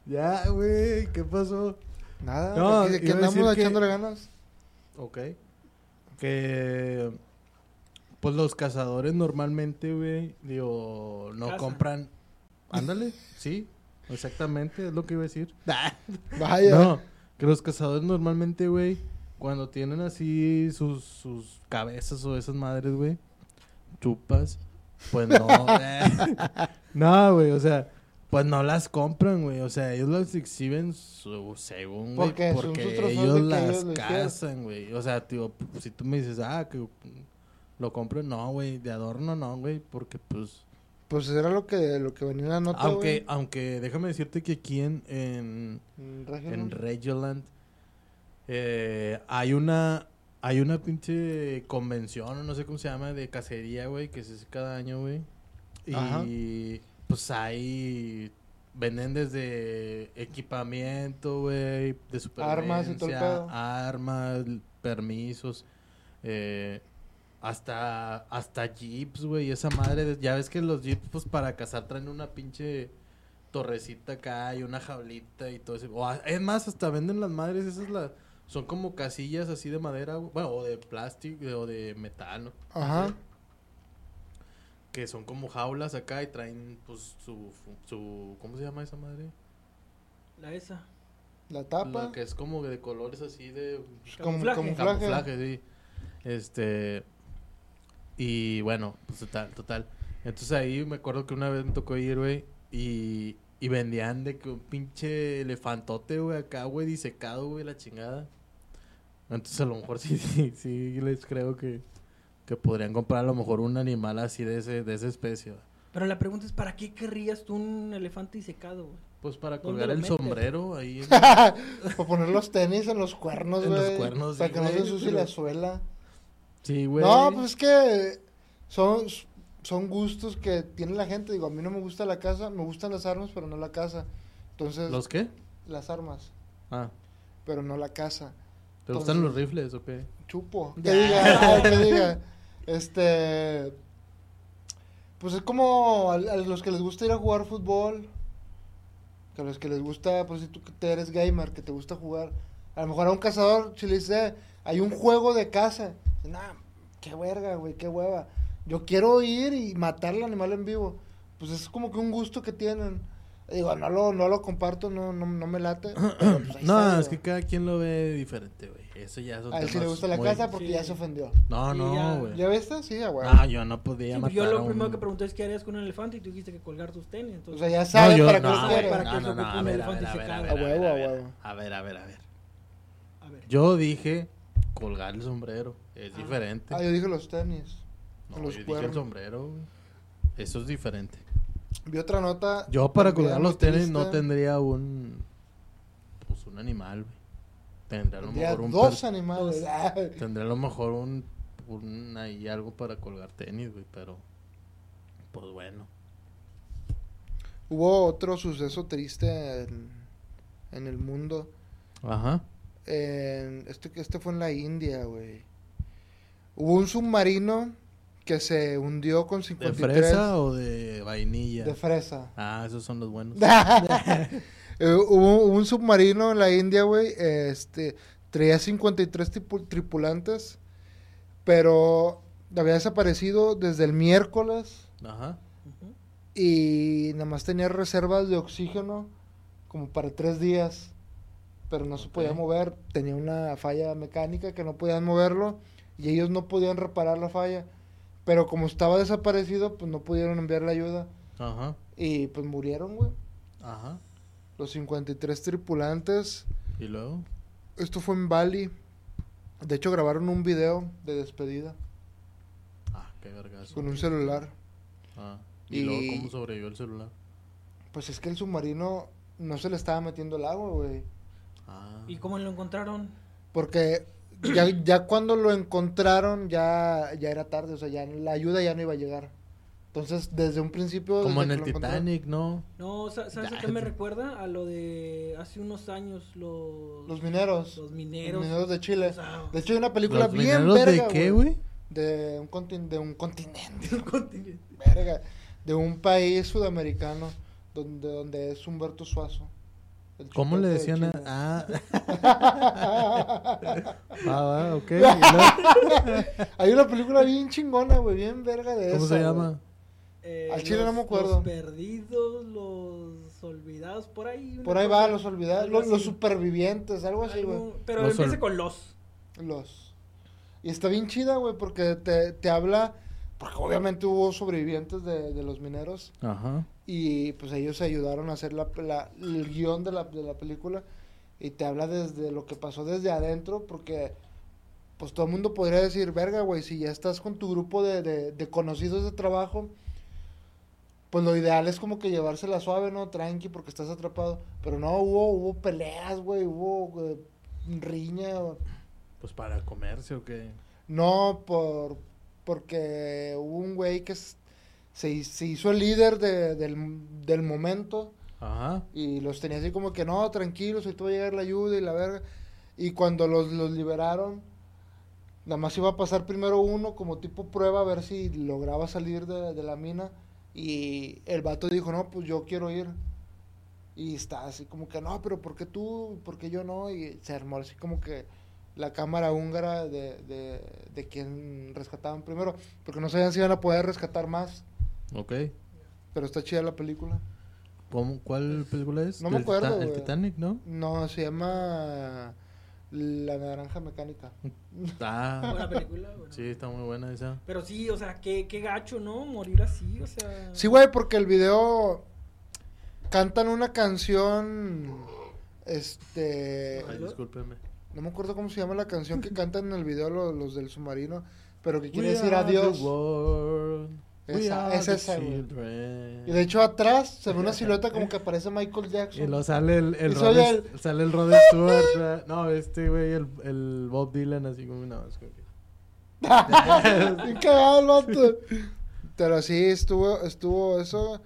Ya, güey, ¿qué pasó?
Nada,
No,
aquí de que
iba a decir
andamos
que-
echándole ganas.
Ok. Que. Pues los cazadores normalmente, güey, digo, no
Cazan.
compran. Ándale, sí, exactamente, es lo que iba a decir. Ah.
Vaya.
No, que los cazadores normalmente, güey, cuando tienen así sus, sus cabezas o esas madres, güey, chupas, pues no. eh. no, güey, o sea, pues no las compran, güey. O sea, ellos las exhiben su, según, güey,
Porque
porque,
son sus trofeos de
ellos
que
las
ellos lo hicieron.
cazan, güey. O sea, tío, p- si tú me dices, ah, que lo compro, no, güey, de adorno no, güey, porque pues...
Pues era lo que, lo que venía en la nota,
aunque,
güey.
aunque déjame decirte que aquí en- en
Mm, Regio,
en
¿no?
Regioland. Eh, hay una hay una pinche convención, no sé cómo se llama, de cacería, güey, que se hace cada año, güey. Y
Ajá.
pues ahí venden desde equipamiento, güey, de supervivencia,
Armas y todo el pedo.
armas, permisos, eh, hasta hasta jeeps, güey, y esa madre, de- ya ves que los jeeps pues para cazar traen una pinche torrecita acá y una jaulita y todo eso. O, a- es más, hasta venden las madres, esas las... Son como casillas así de madera, güey, bueno, o de plástico o de metal, ¿no?
Ajá.
Que son como jaulas acá y traen, pues, su... su ¿Cómo se llama esa madre?
La esa.
La
La
tapa.
que es como de colores así de...
pues, Como
Camuflaje.
camuflaje.
Camuflaje, sí. Este... Y bueno, pues total, total. Entonces ahí me acuerdo que una vez me tocó ir, güey, y, y vendían de que un pinche elefantote, güey, acá, güey, disecado, güey, la chingada. Entonces a lo mejor sí, sí, sí les creo que, que podrían comprar a lo mejor un animal así de ese, de esa especie, güey.
Pero la pregunta es, ¿para qué querrías tú un elefante disecado, güey?
Pues para
¿Dónde
colgar
lo
el
metes?
sombrero ahí. en-
Para poner los tenis en los cuernos,
En los
güey.
cuernos,
Para
sí,
que no se
güey,
ensucie
pero-
la suela.
Sí, güey.
No, pues es que son, son gustos que tiene la gente. Digo, a mí no me gusta la casa, me gustan las armas, pero no la casa. Entonces,
¿Los qué?
las armas,
Ah,
pero no la casa.
¿te gustan los
Entonces-
rifles o qué?
Chupo. Que
Ya.
diga, ay, que diga. Este. Pues es como a, a los que les gusta ir a jugar fútbol. Que a los que les gusta, pues si tú que te eres gamer, que te gusta jugar. A lo mejor a un cazador, si le dice, hay un juego de caza. Nah, qué verga, güey, qué hueva. Yo quiero ir y matar al animal en vivo. Pues es como que un gusto que tienen. Digo, no lo, no lo comparto, no, no, no me late. pero, pues, ahí
No,
está,
es
digo.
que cada quien lo ve diferente, güey. Eso ya son
A él sí le
temas
gusta la
muy-
casa porque
Sí.
ya se ofendió.
No,
Y
no,
ya-
güey.
¿Ya viste? Sí, ya, güey.
No, yo no podía
Sí, pues
matar
yo
a
lo
un-
primero que pregunté es qué harías con un elefante y tú dijiste que colgar tus tenis.
o
Entonces,
sea, ya sabe
no, yo,
para qué
no,
los
no,
quiere.
para qué
no, no, no, a
ocupe
ver,
un
a ver, a
elefante
ver,
secado.
a ver,
A huevo,
a
a
ver,
huevo.
a ver, a ver, a ver.
a ver.
Yo dije colgar el sombrero, es
Ah.
diferente.
Ah, yo dije los tenis.
no,
los
yo dije el
cuernos.
sombrero, güey. Eso es diferente.
Vi otra nota.
Yo para
también
colgar
muy
los tenis no
triste.
tendría un... Pues un animal, güey. Tendrá a lo
Ya
mejor un...
dos
per-
animales.
Dos.
Ah,
Tendrá a lo mejor un... un ahí algo para colgar tenis, güey, pero... Pues bueno.
Hubo otro suceso triste en, en el mundo.
Ajá.
En- este, este fue en la India, güey. Hubo un submarino que se hundió con
¿De
53
fresa o de vainilla?
de fresa.
Ah, esos son los buenos.
Eh, hubo un submarino en la India, güey, este, traía 53 tipu- tripulantes, pero había desaparecido desde el miércoles
Ajá.
Ujú.
y nada más tenía reservas de oxígeno como para tres días, pero no se podía
Ok.
mover, tenía una falla mecánica que no podían moverlo y ellos no podían reparar la falla, pero como estaba desaparecido, pues no pudieron enviar la ayuda
Ajá.
y pues murieron, güey,
Ajá.
los 53 tripulantes.
¿Y luego?
Esto fue en Bali. De hecho, grabaron un video de despedida
Ah, qué vergazo.
con un celular.
Ah. ¿Y,
Y-
luego cómo sobrevivió el celular?
Pues es que el submarino no se le estaba metiendo el agua, güey.
Ah.
¿Y cómo lo encontraron?
Porque ya, ya cuando lo encontraron, ya, ya era tarde. O sea, ya la ayuda ya no iba a llegar. Entonces, desde un principio.
Como en
desde
el
que lo encontraron,
Titanic, ¿no?
No, sa- ¿sabes
Ah.
a qué me recuerda? A lo de hace unos años, los...
Los mineros.
Los
Los
mineros. Ah,
mineros de Chile.
O sea,
De hecho, hay una película
¿Los
bien
mineros de
verga,
qué, güey?
De un, contin- de un continente.
de un continente.
Verga, de un país sudamericano donde, donde es Humberto Suazo. el
¿Cómo le
chicote de
decían? a-
Chile.
Ah, ah, va, ok. ¿Y luego?
Hay una película bien chingona, güey, bien verga de
¿Cómo
esa,
se
güey.
llama?
Eh,
Al chile no
los-
me acuerdo.
Los perdidos, los olvidados, por ahí. una
Por ahí
cosa,
va, los olvidados,
algo
los, los
así.
supervivientes, algo así, güey.
Algo- Pero
Los
empieza
ol-
con los.
Los. Y está bien chida, güey, porque te, te habla, porque obviamente hubo sobrevivientes de, de los mineros
Ajá.
y pues ellos se ayudaron a hacer la, la- el guión de la, de la película y te habla desde lo que pasó desde adentro porque pues todo el mundo podría decir, verga, güey, si ya estás con tu grupo de, de, de conocidos de trabajo, pues lo ideal es como que llevársela suave, ¿no? Tranqui, porque estás atrapado. Pero no, hubo, hubo peleas, güey, hubo eh, riña. güey.
Pues para comercio, que
No, por, porque hubo un güey que s- se, hi- se hizo el líder de- del, del momento.
Ajá.
Y los tenía así como que, no, tranquilos, ahorita va a llegar la ayuda y la verga. Y cuando los, los liberaron, nada más iba a pasar primero uno como tipo prueba a ver si lograba salir de, de la mina. Y el vato dijo, no, pues yo quiero ir. Y está así como que, no, pero ¿por qué tú? ¿Por qué yo no? Y se armó así como que la cámara húngara de, de, de quien rescataban primero. Porque no sabían si iban a poder rescatar más.
Ok.
Pero está chida la película.
¿Cómo, ¿Cuál película es?
Eh, No me
Del
acuerdo,
Tita- El
güey.
Titanic, ¿no?
No, se llama La Naranja Mecánica.
Ah,
Buena película, buena.
sí, está muy buena esa.
Pero sí, o sea, qué, qué gacho, ¿no? Morir así, o sea.
Sí, güey, porque el video cantan una canción este
Ay, discúlpeme.
no me acuerdo cómo se llama la canción que cantan en el video lo- los, del submarino, pero que quiere
We
decir
are the
adiós.
world. We
Esa-
are
es
the
esa, güey.
children.
Y de hecho atrás se ve una silueta como que aparece Michael
Y
Jackson.
lo sale el, el,
Y soy
Rod- sale el Rod Stewart, ¿verdad? no, este güey, el, el Bob Dylan, así como, no, es como que-
Bien cagado el vato. Pero sí, estuvo, estuvo eso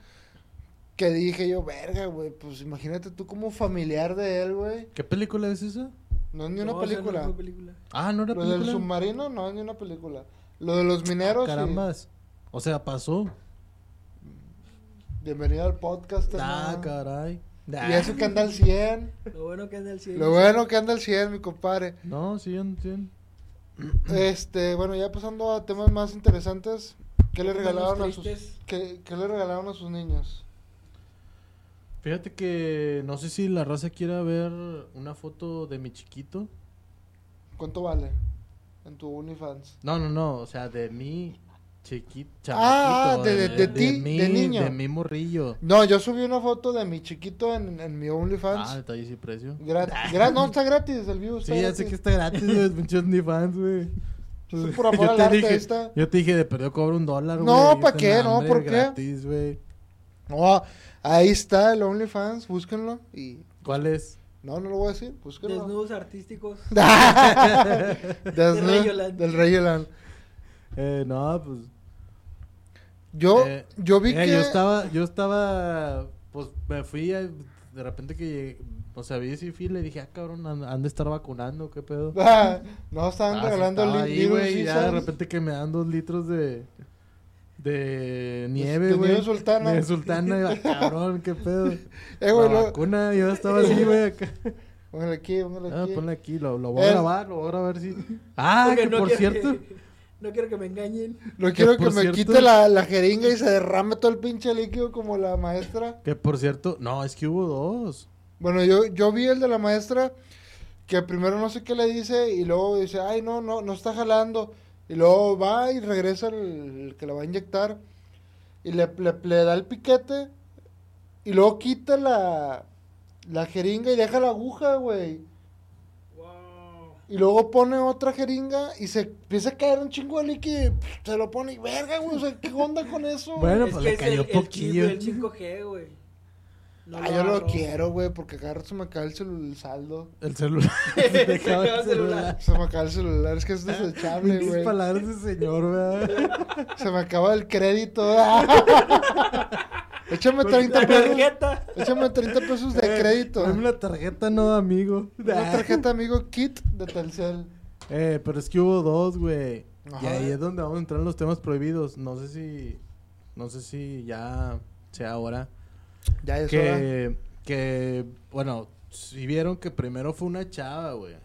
que dije yo, verga, güey, pues imagínate tú como familiar de él, güey.
¿Qué película es esa?
No es ni una
No, o sea, no
película.
fue película. Ah,
Ah, no era
Lo del
película. Ah,
submarino no es ni una película. Lo de los mineros. sí.
Carambas. O sea, pasó.
Bienvenido al podcast.
Ah,
hermano.
caray.
Este, y eso que anda al 100.
Lo bueno que es del cielo.
Lo bueno que anda al 100, mi compadre.
No, sí, entiendo.
Este, bueno, ya pasando a temas más interesantes. ¿Qué le
Menos
regalaron a sus
tristes.
qué, qué le regalaron a sus niños?
Fíjate que no sé si la raza quiera ver una foto de mi chiquito.
¿Cuánto vale? En tu OnlyFans.
No, no, no, o sea, de mi chiquito.
Ah, ah, de- de- de ti,
mi-
de niño.
De mi morrillo.
No, yo subí una foto de mi chiquito en, en mi
Ah,
OnlyFans.
detalles y precio.
Gratis. Gra- no, está gratis el vivo. Está
Sí, ya
gratis.
sé que está gratis, güey. Es muchos ni fans, güey.
Es por amor
Yo
al
te
arte
dije-
esta.
Yo te dije, de perdió cobro un dólar,
No,
güey. Yo
¿pa'
tengo
qué? No,
hambre
¿por qué?
Gratis, güey.
No, ahí está el OnlyFans, búsquenlo y
¿Cuál es?
No, no lo voy a decir. Pues que no.
Desnudos artísticos.
Desnudo
Rayoland.
Del Rayoland.
Eh, no, pues.
Yo,
eh,
yo vi
eh,
que.
Yo estaba, yo estaba. Pues me fui. eh, de repente que llegué. O sea, vi ese fil y dije, ah, cabrón, han, han de estar vacunando, qué pedo.
Ah, no, estaban
Ah, sí,
regalando
estaba
li-
ahí,
libros,
güey,
sí,
y ya de
¿sabes?
repente que me dan dos litros de. De nieve,
Pues, nieve
güey.
sultana.
Nieve sultana, y va, cabrón, qué pedo.
Eh, güey,
la
lo-
vacuna, yo estaba así, güey, acá.
Póngale aquí, póngale
Ah,
aquí. Eh.
ponle aquí, lo, lo voy a
El-
grabar, lo voy a grabar, sí. Ah,
Porque
que
no
por
quiero
cierto.
que- no quiero que me engañen.
No
que
quiero que
por
me
cierto-
quite la, la jeringa y se derrame todo el pinche líquido como la maestra.
Que por cierto, no, es que hubo dos.
Bueno, yo, yo vi el de la maestra que primero no sé qué le dice y luego dice, ay, no, no, no está jalando. Y luego va y regresa el, el que la va a inyectar y le, le, le da el piquete y luego quita la, la jeringa y deja la aguja, güey.
Wow.
Y luego pone otra jeringa y se empieza a caer un chingo de líquido y pff, se lo pone y verga, güey. O sea, ¿qué onda con eso? güey?
Bueno, pues le
es
cayó
el,
poquillo.
El, 5G, güey. No
Ah, yo lo
agarró.
quiero, güey, porque agarro se me cae el, celu- el saldo.
El celular.
Se acaba el celular.
Se me acaba el celular, es que es desechable,
Mis
güey.
palabras de señor, ¿verdad?
Se me acaba el crédito. Échame
Porque
30
la
pesos.
tarjeta.
Échame 30 pesos de crédito.
Dame Eh,
Una
una eh. tarjeta, no, amigo.
tarjeta amigo kit de Telcel.
Eh, pero es que hubo dos, güey. Y
Ajá.
ahí es donde vamos a entrar en los temas prohibidos. No sé si. No sé si ya sea ahora.
Ya es hora.
que, que, bueno, si vieron que primero fue una chava, güey.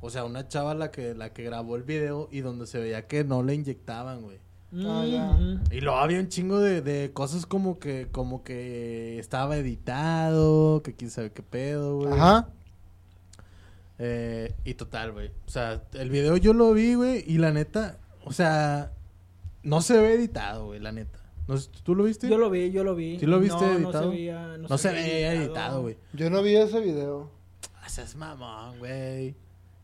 O sea, una chava la que, la que grabó el video y donde se veía que no le inyectaban, güey.
Ah, ya.
Mm, mm.
Y luego había un chingo de, de cosas como que, como que estaba editado, que quién sabe qué pedo, güey.
Ajá.
Eh, y total, güey. O sea, el video yo lo vi, güey, y la neta, o sea, no se ve editado, güey, la neta. No sé, ¿Tú lo viste?
Yo lo vi, yo lo vi.
¿Sí lo viste
no,
editado?
No se veía, no
no se
veía
ve editado, güey.
Yo no vi ese video.
Ah, seas mamón, güey.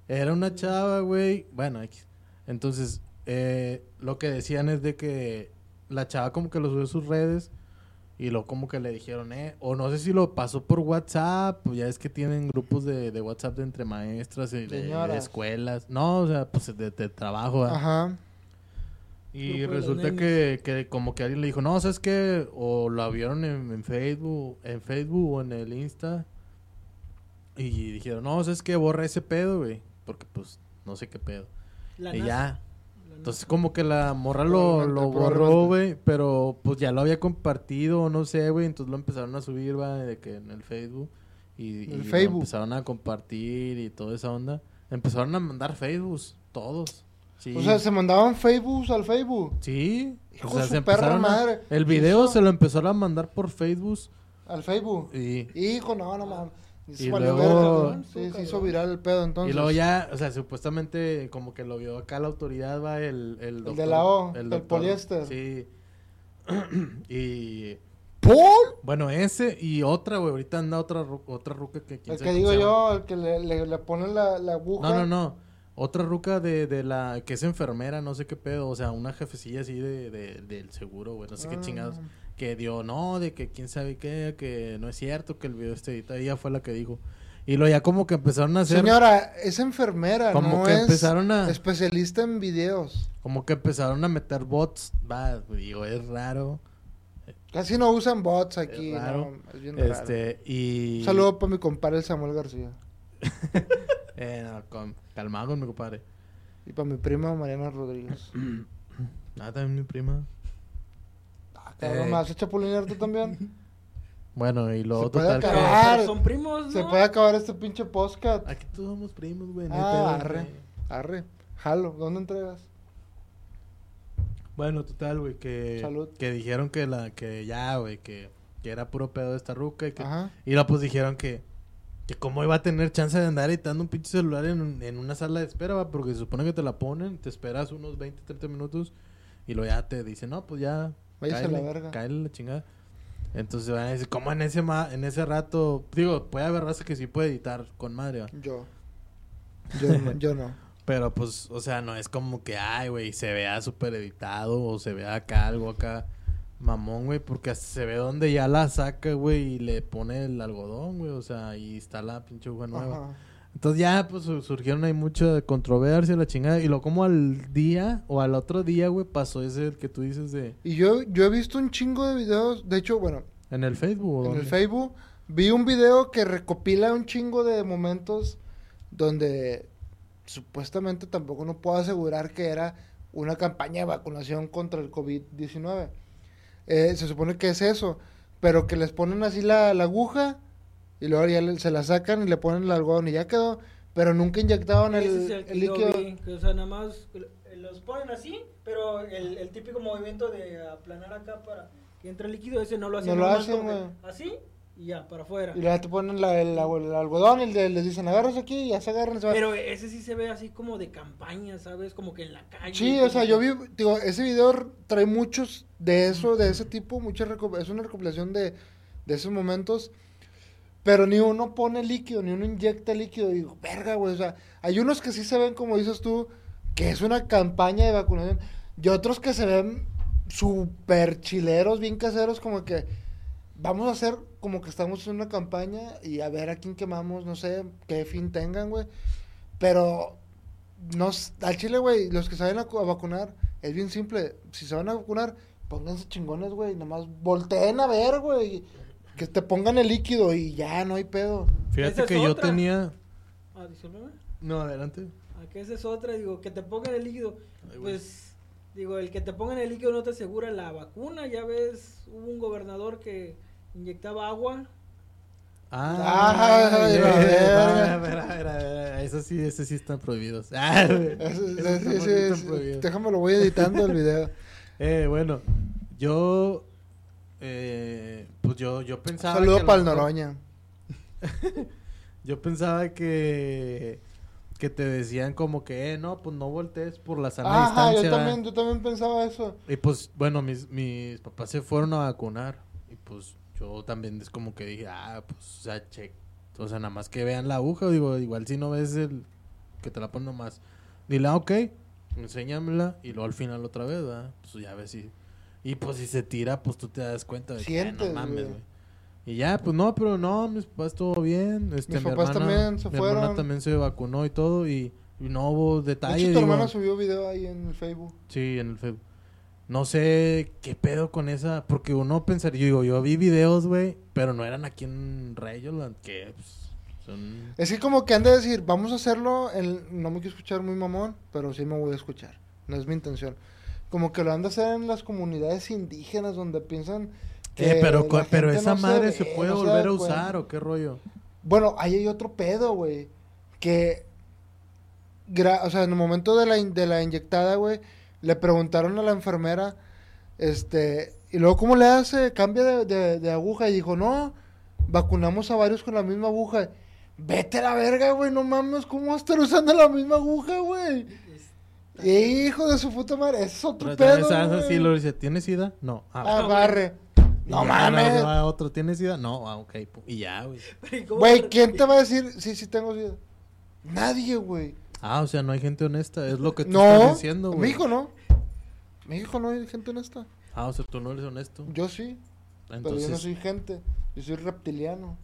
Era una chava, güey. Bueno, X. entonces, eh, lo que decían es de que la chava como que lo subió a sus redes y luego como que le dijeron, eh, o no sé si lo pasó por WhatsApp, pues ya es que tienen grupos de, de WhatsApp de entre maestras y de,
Señoras.
de escuelas. No, o sea, pues de, de trabajo. ¿verdad?
Ajá.
Y
Grupo de los
resulta
nenes.
que, que como que alguien le dijo, no, ¿sabes qué? O la vieron en, en Facebook, en Facebook o en el Insta. Y dijeron, no, ¿sabes qué? Borra ese pedo, güey. Porque pues, no sé qué pedo.
La
y
NASA,
ya.
la
Entonces como que la morra lo,
Probablemente,
lo borró,
probablemente.
güey. Pero pues ya lo había compartido, no sé, güey. Entonces lo empezaron a subir, va, de que en el Facebook. Y,
En el
y lo
Facebook.
empezaron a compartir y toda esa onda. Empezaron a mandar Facebooks, todos. Sí.
O sea, se mandaban Facebook al Facebook.
Sí.
Hijo
o sea,
de su
se
perra
empezaron a-
madre.
El video
Eso.
se lo empezaron a mandar por Facebook
Al Facebook.
y,
Hijo, no, no mames.
Y
Valió
luego-
verga, cabrón. Sí,
Cabrón.
se hizo viral el pedo entonces.
y luego ya, o sea, supuestamente como que lo vio acá la autoridad, va el... El,
de
doctor-
la O, del
doctor,
poliéster.
Sí. y...
¿Por?
Bueno, ese y otra, güey. Ahorita anda otra, ru- otra ruca que... quién
El
sabe cómo
que digo
se llama.
yo, el que le, le, le pone la, la aguja.
No, no, no. Otra ruca de, de la... que es enfermera, no sé qué pedo. O sea, una jefecilla así de, de- del seguro, güey. No sé Pues, qué
Ah,
chingados.
no.
que dio no, de que quién sabe qué, que no es cierto, que el video está editado, ella fue la que dijo. Y lo ya como que empezaron a hacer,
Señora, es enfermera,
Como
no
que
es
empezaron a-
especialista en videos.
como que empezaron a meter bots, va, digo, es raro.
Casi no usan bots aquí.
Es raro.
no, es bien raro.
Este, y...
Un saludo para mi compadre el Samuel García.
Eh, no, con- calmado, mi compadre.
Y para mi prima Mariana Rodríguez.
Mm. Ah, también mi prima.
Ah, cabrón,
Eh.
¿me vas a chapulinear tú también?
Bueno, y lo
Se puede
total que-
NASA.
acabar.
Pero Son primos, ¿no?
Se puede acabar este pinche podcast.
Aquí todos somos primos, güey. no hay pedo,
Ah,
güey.
arre. Arre. Jalo. ¿Dónde entregas?
Bueno, total, güey, que...
Salud.
Que dijeron que la, que ya, güey, que, que era puro pedo de esta ruca y que
Ajá.
Y la pues dijeron que, que cómo iba a tener chance de andar editando un pinche celular en, un- en una sala de espera, va, porque se supone que te la ponen, te esperas unos 20, 30 minutos y luego ya te dicen, no, pues ya,
Váyase a la
cáele,
verga.
cáele la chingada. Entonces van a decir, ¿cómo en ese, ma- en ese rato? Digo, puede haber raza que sí puede editar con madre, va.
Yo. Yo no. Yo no.
Pero pues, o sea, no es como que, ay, güey, se vea súper editado o se vea acá algo acá. Mamón, güey, porque se ve donde ya la saca, güey, y le pone el algodón, güey, o sea, y está la pinche aguja nueva.
Ajá.
Entonces ya, pues, su- surgieron ahí mucha controversia, la chingada, y lo como al día, o al otro día, güey, pasó ese que tú dices de...
Y yo, yo he visto un chingo de videos, de hecho, bueno,
En el Facebook, ¿o
en el
dónde?
Facebook vi un video que recopila un chingo de momentos donde supuestamente tampoco no puedo asegurar que era una campaña de vacunación contra el COVID-19. Eh, se supone que es eso, pero que les ponen así la, la aguja y luego ya le- se la sacan y le ponen el algodón y ya quedó, pero nunca inyectaban el,
Ese es
el
el que yo
líquido.
vi, que, o sea, nada más eh, los ponen así, pero el, el típico movimiento de aplanar acá para que entre el líquido, ese no lo hacen.
No lo
nomás
hacen,
como que
güey.
Así y ya, para afuera.
Y luego te ponen la- el, el algodón y le- les dicen agarras aquí y ya se agarran. y se van.
Pero ese sí se ve así como de campaña, ¿sabes? Como que en la calle.
Sí,
como
o sea,
que-
yo vi, digo, ese video r- trae muchos de eso, de ese tipo, muchas reco- es una recopilación de, de esos momentos, pero ni uno pone líquido, ni uno inyecta líquido, y digo, verga, güey, o sea, hay unos que sí se ven, como dices tú, que es una campaña de vacunación, y otros que se ven súper chileros, bien caseros, como que vamos a hacer como que estamos en una campaña y a ver a quién quemamos, no sé, qué fin tengan, güey, pero no, s- al chile, güey, los que saben a, cu- a vacunar, es bien simple. Si se van a vacunar, pónganse chingones, güey. Nomás volteen a ver, güey. Que te pongan el líquido y ya, no hay pedo.
Fíjate
Esa es
que yo
otra.
tenía...
Ah, discúlpame.
No, adelante.
Ah, que esa es otra, digo, que te pongan el líquido.
Ay, güey.
Pues, digo, el que te pongan el líquido no te asegura la vacuna. Ya ves, hubo un gobernador que inyectaba agua.
Ah,
Ah,
güey,
la
va,
verga.
a ver, a ver, a ver, Eso sí, ese sí están prohibidos. Ah, güey,
Es-
esos
es- es-
tampoco
es-
están
es-
prohibidos.
déjame lo voy editando el video.
Eh, bueno, yo. eh, pues yo, yo pensaba. que a
Saludo
lo
para el
mejor-
Noroña.
Yo pensaba que. Que te decían como que, eh, no, pues no voltees por la sana
Ajá, yo
distancia. ¿verdad?
también, yo también pensaba eso.
Y pues, bueno, mis, mis papás se fueron a vacunar. Y pues yo también es como que dije, ah, pues, o sea, che. O sea, nada más que vean la aguja. Digo, igual si no ves el que te la ponen nomás. Dile, ah, ok, enséñamela. Y luego al final otra vez, ¿verdad? Pues ya ves si. Y pues si se tira, pues tú te das cuenta de que "Ah,
Sientes,
no mames,
güey.
güey. Y ya, pues no, pero no, mis papás todo bien. Este,
Mis
mi
papás
hermana-
también se
mi
fueron.
hermana también se vacunó y todo. Y, y no hubo
De
detalles.
hecho, tu
digo.
hermana subió video ahí en el Facebook.
Sí, en el Facebook. No sé qué pedo con esa, porque uno pensaría, yo digo, yo vi videos, güey, pero no eran aquí en Rayoland, que pues, son...
Es que como que han de decir, vamos a hacerlo, en- no me quiero escuchar muy mamón, pero sí me voy a escuchar, no es mi intención. Como que lo han de hacer en las comunidades indígenas donde piensan que...
Eh, pero,
la
co- pero
gente
esa
no
madre
ve,
se puede
no da
volver a
cuenta.
usar o qué rollo.
Bueno, ahí hay otro pedo, güey, que... gra- o sea, en el momento de la, in- de la inyectada, güey, le preguntaron a la enfermera, este, y luego cómo le hace, cambia de, de- de aguja, y dijo, no, vacunamos a varios con la misma aguja. Vete a la verga, güey, no mames, ¿cómo vas a estar usando la misma aguja, güey?
este,
Hijo de su puta madre, eso es otro
Pero
pedo,
también sabes así,
güey.
lo dice, ¿tienes sida? No. Ah,
Ah, barre. No
Y ya,
mames.
luego va otro, ¿tienes sida? No, ah, ok, pu- y ya, güey.
Pero, ¿y cómo
Güey,
re-
¿quién te va a decir sí, sí tengo sida? Nadie, güey.
Ah, o sea, no hay gente honesta, es lo que tú
No,
estás diciendo,
mi
güey.
hijo no. Mi hijo no hay gente honesta.
Ah, o sea, tú no eres honesto.
Yo sí, pero
Entonces,
yo no soy gente. Yo soy reptiliano.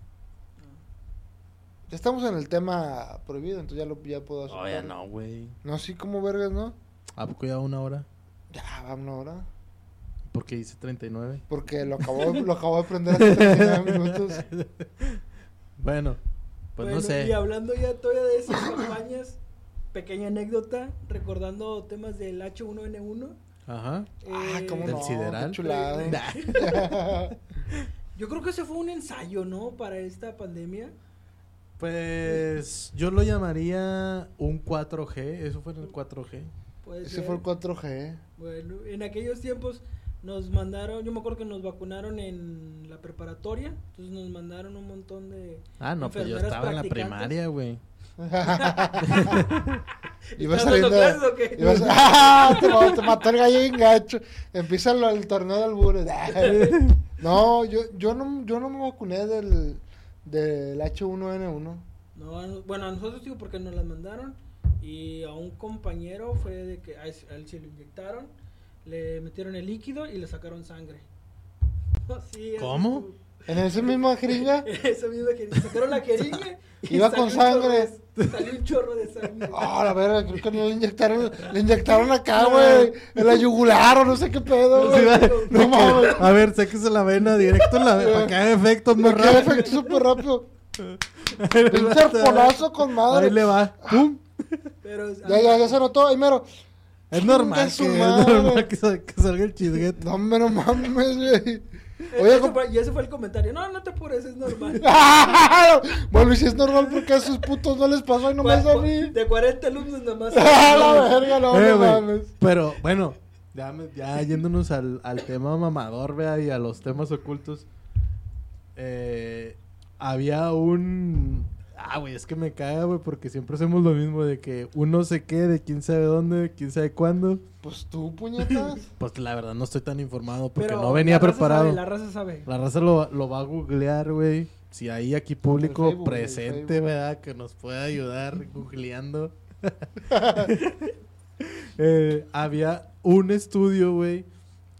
Ya estamos en el tema prohibido, entonces ya lo ya puedo hacer.
oye, no, güey.
No, sí, como vergas, ¿no?
¿A poco ya una hora?
Ya, vámonos ahora.
Porque hice 39.
Porque lo acabo, lo acabo de aprender hace 39 minutos.
Bueno, pues
Bueno,
no sé.
Y hablando ya todavía de esas campañas, pequeña anécdota, recordando temas del H1N1.
Ajá.
Ah,
eh,
cómo
Del
no,
sideral.
qué chulada. ¿eh?
Nah.
Yo creo que ese fue un ensayo, ¿no? Para esta pandemia.
Pues yo lo llamaría un 4G. Eso fue en el 4G.
Puede
Ese
ser.
fue el 4G.
Bueno, en aquellos tiempos nos mandaron, yo me acuerdo que nos vacunaron en la preparatoria, entonces nos mandaron un montón de...
Ah, no, pues yo
Enfermeras
estaba en la
practicantes.
primaria, güey.
Iba
¿Estás
saliendo.
dando clases o qué?
iba sa- ¡Ah! Te, ma- te mató el gallo bien gacho. Empieza lo- el torneo de albures. No, yo, yo no, yo no me vacuné del, del H1N1.
No, a no- bueno, a nosotros digo porque nos las mandaron y a un compañero fue de que a ese- a él se lo inyectaron, le metieron el líquido y le sacaron sangre. Sí, así
¿Cómo?
estuvo.
En esa misma jeringa.
Esa misma jeringa. Sacaron la jeringa.
Iba
salió
con
un chorro
sangre.
de- salió un chorro de sangre.
Ah, la verga, creo que no le inyectaron, le inyectaron acá, güey. En la yugular o no sé qué pedo,
Sí,
güey.
va-
No
de que,
mames.
A ver, sáquese la vena directo en la vena. Para que haga efecto
Me
más
quedé
rápido.
efecto súper rápido. Pinche arponazo con
Ahí le
madre.
va. ¡Pum!
Pero,
Ya, ya, ya se notó, ahí mero.
Es normal,
Chinga su
que, es
madre.
normal que, sal- que salga el chisguete.
No, me no mames, güey.
Eh,
Oye,
ese
compa-
fue- y ese fue el comentario. No, no te apures, es normal.
Bueno, y si es normal, porque a esos putos no les pasó y no me
Cua-
a
cua-
mí.
De 40 alumnos nomás.
Ah, la verga, no,
Eh,
no
güey,
mames.
Pero bueno, ya, me- ya yéndonos al, al tema mamador, vea, y a los temas ocultos. Eh, había un. Ah, güey, es que me caga, güey, porque siempre hacemos lo mismo de que uno se quede, quién sabe dónde, quién sabe cuándo.
Pues tú, puñetas.
Pues la verdad no estoy tan informado porque
Pero
no venía
la raza
preparado.
sabe, la raza sabe.
La raza lo, lo va a googlear, güey. Si hay aquí
En
público
el Facebook, en el
presente,
Facebook.
¿verdad? Que nos pueda ayudar googleando. Eh, había un estudio, güey,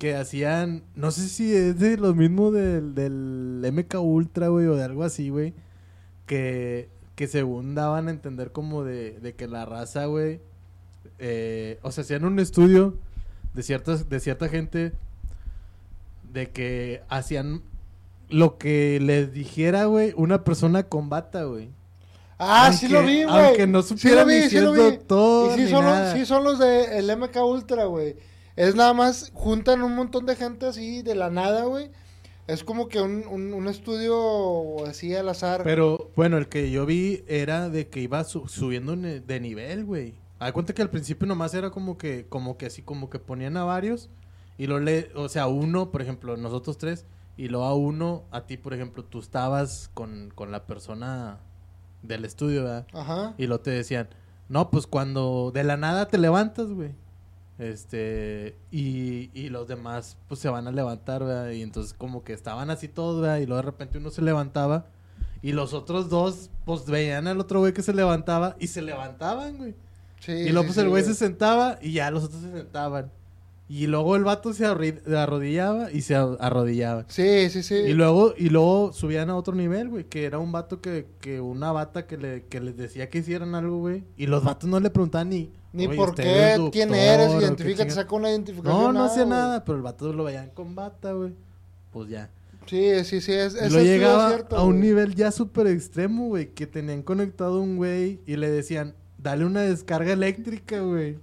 que hacían, no sé si es de lo mismo del, del MK Ultra, güey, o de algo así, güey, que, que según daban a entender como de, de que la raza, güey, eh, o sea, hacían un estudio de, ciertas, de cierta gente de que hacían lo que les dijera, güey, una persona con bata, güey.
Ah, sí lo
Aunque-
vi, güey.
aunque no
sí lo
supieran
vi, sí lo vi.
diciendo todo
Y sí
ni
son, los,
nada.
sí son los de el MK Ultra, güey. Es nada más, juntan un montón de gente así de la nada, güey. Es como que un, un, un estudio así al azar.
Pero bueno, el que yo vi era de que iba su- subiendo ne- de nivel, güey. Haz cuenta que al principio nomás era como que, como que así, como que ponían a varios y lo le, o sea, uno, por ejemplo, nosotros tres, y luego a uno, a ti, por ejemplo, tú estabas con, con la persona del estudio, ¿verdad?
Ajá.
Y lo te decían, no, pues cuando de la nada te levantas, güey. Este, y, y los demás, pues se van a levantar, ¿verdad? Y entonces, como que estaban así todos, ¿verdad? Y luego de repente uno se levantaba. Y los otros dos, pues veían al otro güey que se levantaba y se levantaban, güey.
Sí,
y luego,
sí,
pues
sí,
el güey se sentaba y ya los otros se sentaban. Y luego el vato se arri- arrodillaba y se a- arrodillaba.
Sí, sí, sí.
Y luego, y luego subían a otro nivel, güey, que era un vato que, que una bata que, le, que les decía que hicieran algo, güey. Y los vatos no le preguntaban ni...
Ni
"Oye,
por
¿usted
qué,
es
quién
doctor
eres,
o qué
identifícate,
chinga-".
saca una identificación.
No, no hacía
güey.
nada, pero el vato lo veían con bata, güey. Pues ya.
Sí, sí, sí. Es,
Y
es
lo llegaba a un
güey.
nivel ya súper extremo, güey, que tenían conectado un güey y le decían, dale una descarga eléctrica, güey.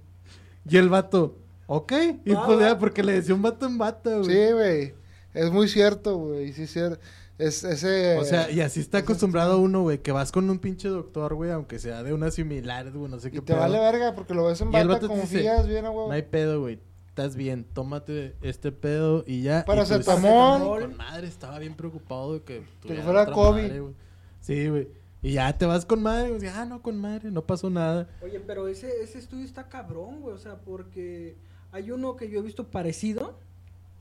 Y el vato, ok. Y
Ah,
pues ya,
va.
porque le decía un vato en bata, güey.
Sí, güey. Es muy cierto, güey. Sí, cierto. Es, ese...
O sea, y así está
Eso
acostumbrado uno, güey, que vas con un pinche doctor, güey, aunque sea de unas similares, güey, no sé
Y
qué
te vale verga porque lo ves en
Y el
bata,
vato te dice,
confías bien, a huevo.
No hay pedo, güey. Estás bien, tómate este pedo y ya.
Paracetamol.
Y tú dices, Con madre, estaba bien preocupado de que tuviera
fuera
otra
COVID.
madre, güey. sí, güey. Y ya te vas con madre, güey. Ah, no, con madre, no pasó nada.
Oye, pero ese, ese estudio está cabrón, güey. O sea, porque hay uno que yo he visto parecido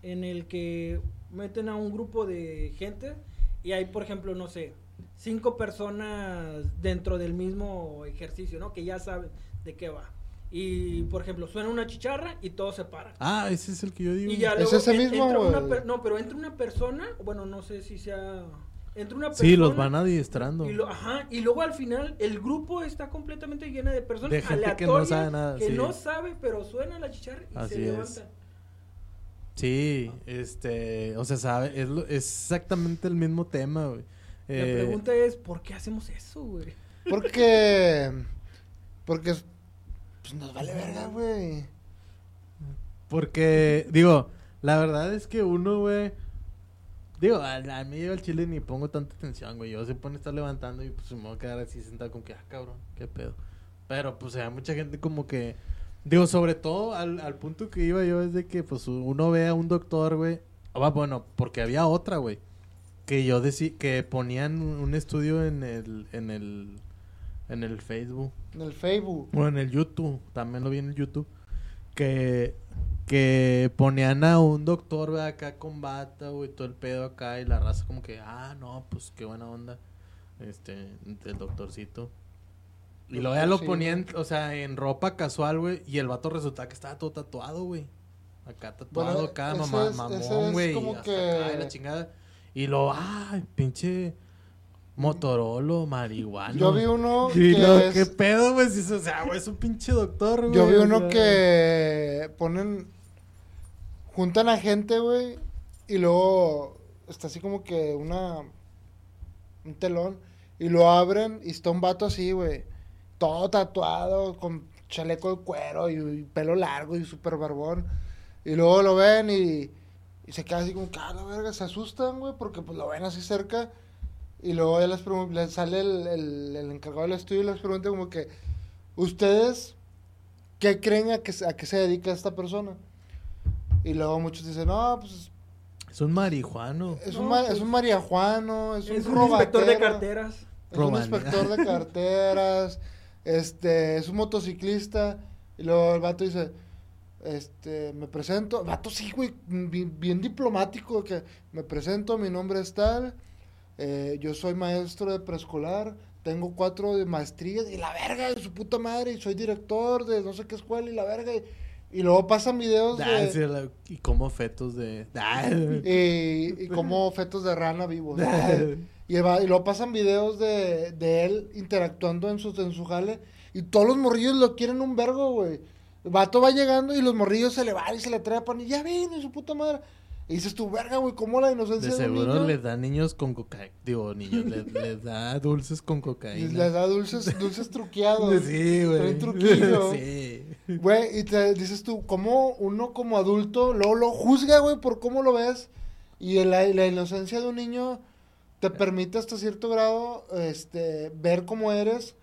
en el que meten a un grupo de gente y hay, por ejemplo, no sé, cinco personas dentro del mismo ejercicio, ¿no? Que ya saben de qué va. Y, por ejemplo, suena una chicharra y todos se paran.
Ah, ese es el que yo digo.
Y ya
¿Es
luego
ese
en-
mismo,
entra una
güey?
per- no, pero entra una persona, bueno, no sé si sea... Entra una persona...
sí, los van adiestrando.
Y, lo- ajá, y luego al final el grupo está completamente llena de personas
De gente que no
aleatorias
sabe nada,
que
sí.
no sabe, pero suena la chicharra y
Así
se
es.
levantan.
Sí, este, o sea, sabe, es, lo- es exactamente el mismo tema, güey.
La
Eh,
pregunta es, ¿por qué hacemos eso, güey?
Porque... Porque... es- Pues nos vale verga, güey.
Porque, digo, la verdad es que uno, güey. Digo, a, a mí yo al chile ni pongo tanta atención, güey. Yo se pone a estar levantando y pues me voy a quedar así sentado con que, ah, cabrón, qué pedo. Pero pues hay mucha gente como que. Digo, sobre todo al, al punto que iba yo es de que pues uno ve a un doctor, güey. Ah, bueno, porque había otra, güey. Que yo decía, que ponían un un estudio en el, en el, en el Facebook.
En el Facebook.
Bueno, en el YouTube, también lo vi en el YouTube, que, que ponían a un doctor ¿verdad? acá con bata, güey, todo el pedo acá y la raza como que, ah, no, pues qué buena onda, este, el doctorcito. Y luego ya lo
Doctorcito.
ponían, o sea, en ropa casual, güey, y el vato resultaba que estaba todo tatuado, güey. Acá tatuado,
Bueno,
acá,
ese
mamá,
es- ese
mamón,
es
güey. y
como
hasta
que-
acá, y la chingada. Y lo, ay, pinche Motorolo, marihuana.
Yo vi uno
Ah, Y lo,
que es-
¿Qué pedo, güey? Si es- o sea, güey, es un pinche doctor, güey.
Yo vi
o
uno
sea.
que ponen. Juntan a gente, güey. Y luego está así como que una. Un telón. Y lo abren y está un vato así, güey. Todo tatuado, con chaleco de cuero y, y pelo largo y súper barbón. Y luego lo ven y, y se queda así como, que, "Ah, la verga, se asustan, güey, porque pues lo ven así cerca. Y luego ya les, pregun- les sale el, el- el encargado del estudio y les pregunta como que, ¿ustedes qué creen a que, se- a qué se dedica esta persona? Y luego muchos dicen, no, pues
Es un marihuano.
es,
No,
un, ma-
pues,
es un mariajuano, es un
Es un inspector de
robatero".
carteras.
Es
Roban.
un inspector de carteras, este, es un motociclista, y luego el vato dice, este, me presento, el vato sí, güey, bien, bien diplomático, que me presento, mi nombre es tal, eh, yo soy maestro de preescolar, tengo cuatro de maestrías, y la verga de su puta madre, y soy director de no sé qué escuela, y la verga, y, y luego pasan videos
Ah,
de-
sí, la- y como fetos de. Ah, güey.
y, y como fetos de rana vivos. Y, va- y luego pasan videos de, de él interactuando en su, en su jale. Y todos los morrillos lo quieren un vergo, güey. El vato va llegando y los morrillos se le van y se le trepan. Y ya vino, y su puta madre. Y dices tú, verga, güey, ¿cómo la inocencia
De
de, un
seguro
niño?
les da niños con cocaína. Digo, niños, les, les da dulces con
les,
cocaína.
les da dulces, dulces truqueados.
Sí, güey.
Traen truquillo.
Sí.
Güey, y te dices tú, ¿cómo uno como adulto lo, lo juzga, güey, por cómo lo ves? Y el- la, la inocencia de un niño te permite hasta cierto grado este, ver cómo eres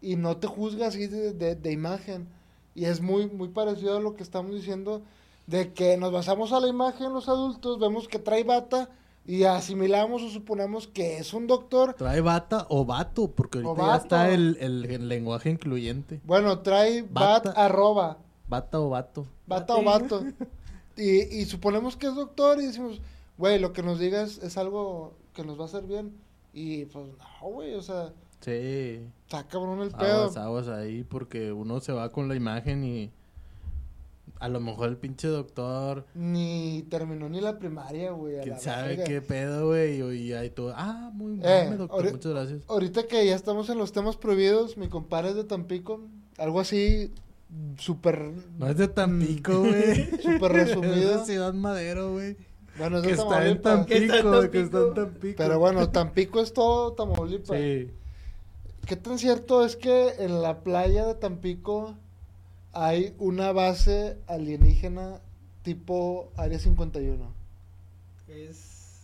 y no te juzga así de, de- de imagen. Y es muy, muy parecido a lo que estamos diciendo de que nos basamos a la imagen los adultos, vemos que trae bata y asimilamos o suponemos que es un doctor.
Trae bata o vato, porque
O
ahorita ya
vato.
está el, el- el lenguaje incluyente.
Bueno, trae
Bata.
bat arroba.
Bata o vato.
Bata o vato. Y, y suponemos que es doctor y decimos, güey, lo que nos digas es algo que nos va a hacer bien. Y pues no, güey, o sea,
Sí.
está cabrón el pedo.
Aguas, aguas ahí, porque uno se va con la imagen y. A lo mejor el pinche doctor.
Ni terminó ni la primaria, güey. a
Quién
la
sabe
verga.
qué pedo, güey. Y ahí todo. Ah, muy bien,
Eh,
doctor.
ahori-
Muchas gracias.
Ahorita que ya estamos en los temas prohibidos, mi compadre es de Tampico, algo así súper
No es de Tampico, güey.
súper
es
Mm. resumido.
de Ciudad Madero, güey.
Bueno, es
Que
de
está en Tampico,
Tamaulipas.
Que está en
güey, que está
Tampico.
en Tampico.
Pero bueno, Tampico es todo Tamaulipas.
Sí.
¿Qué tan cierto es que en la playa de Tampico hay una base alienígena tipo Área 51?
Es.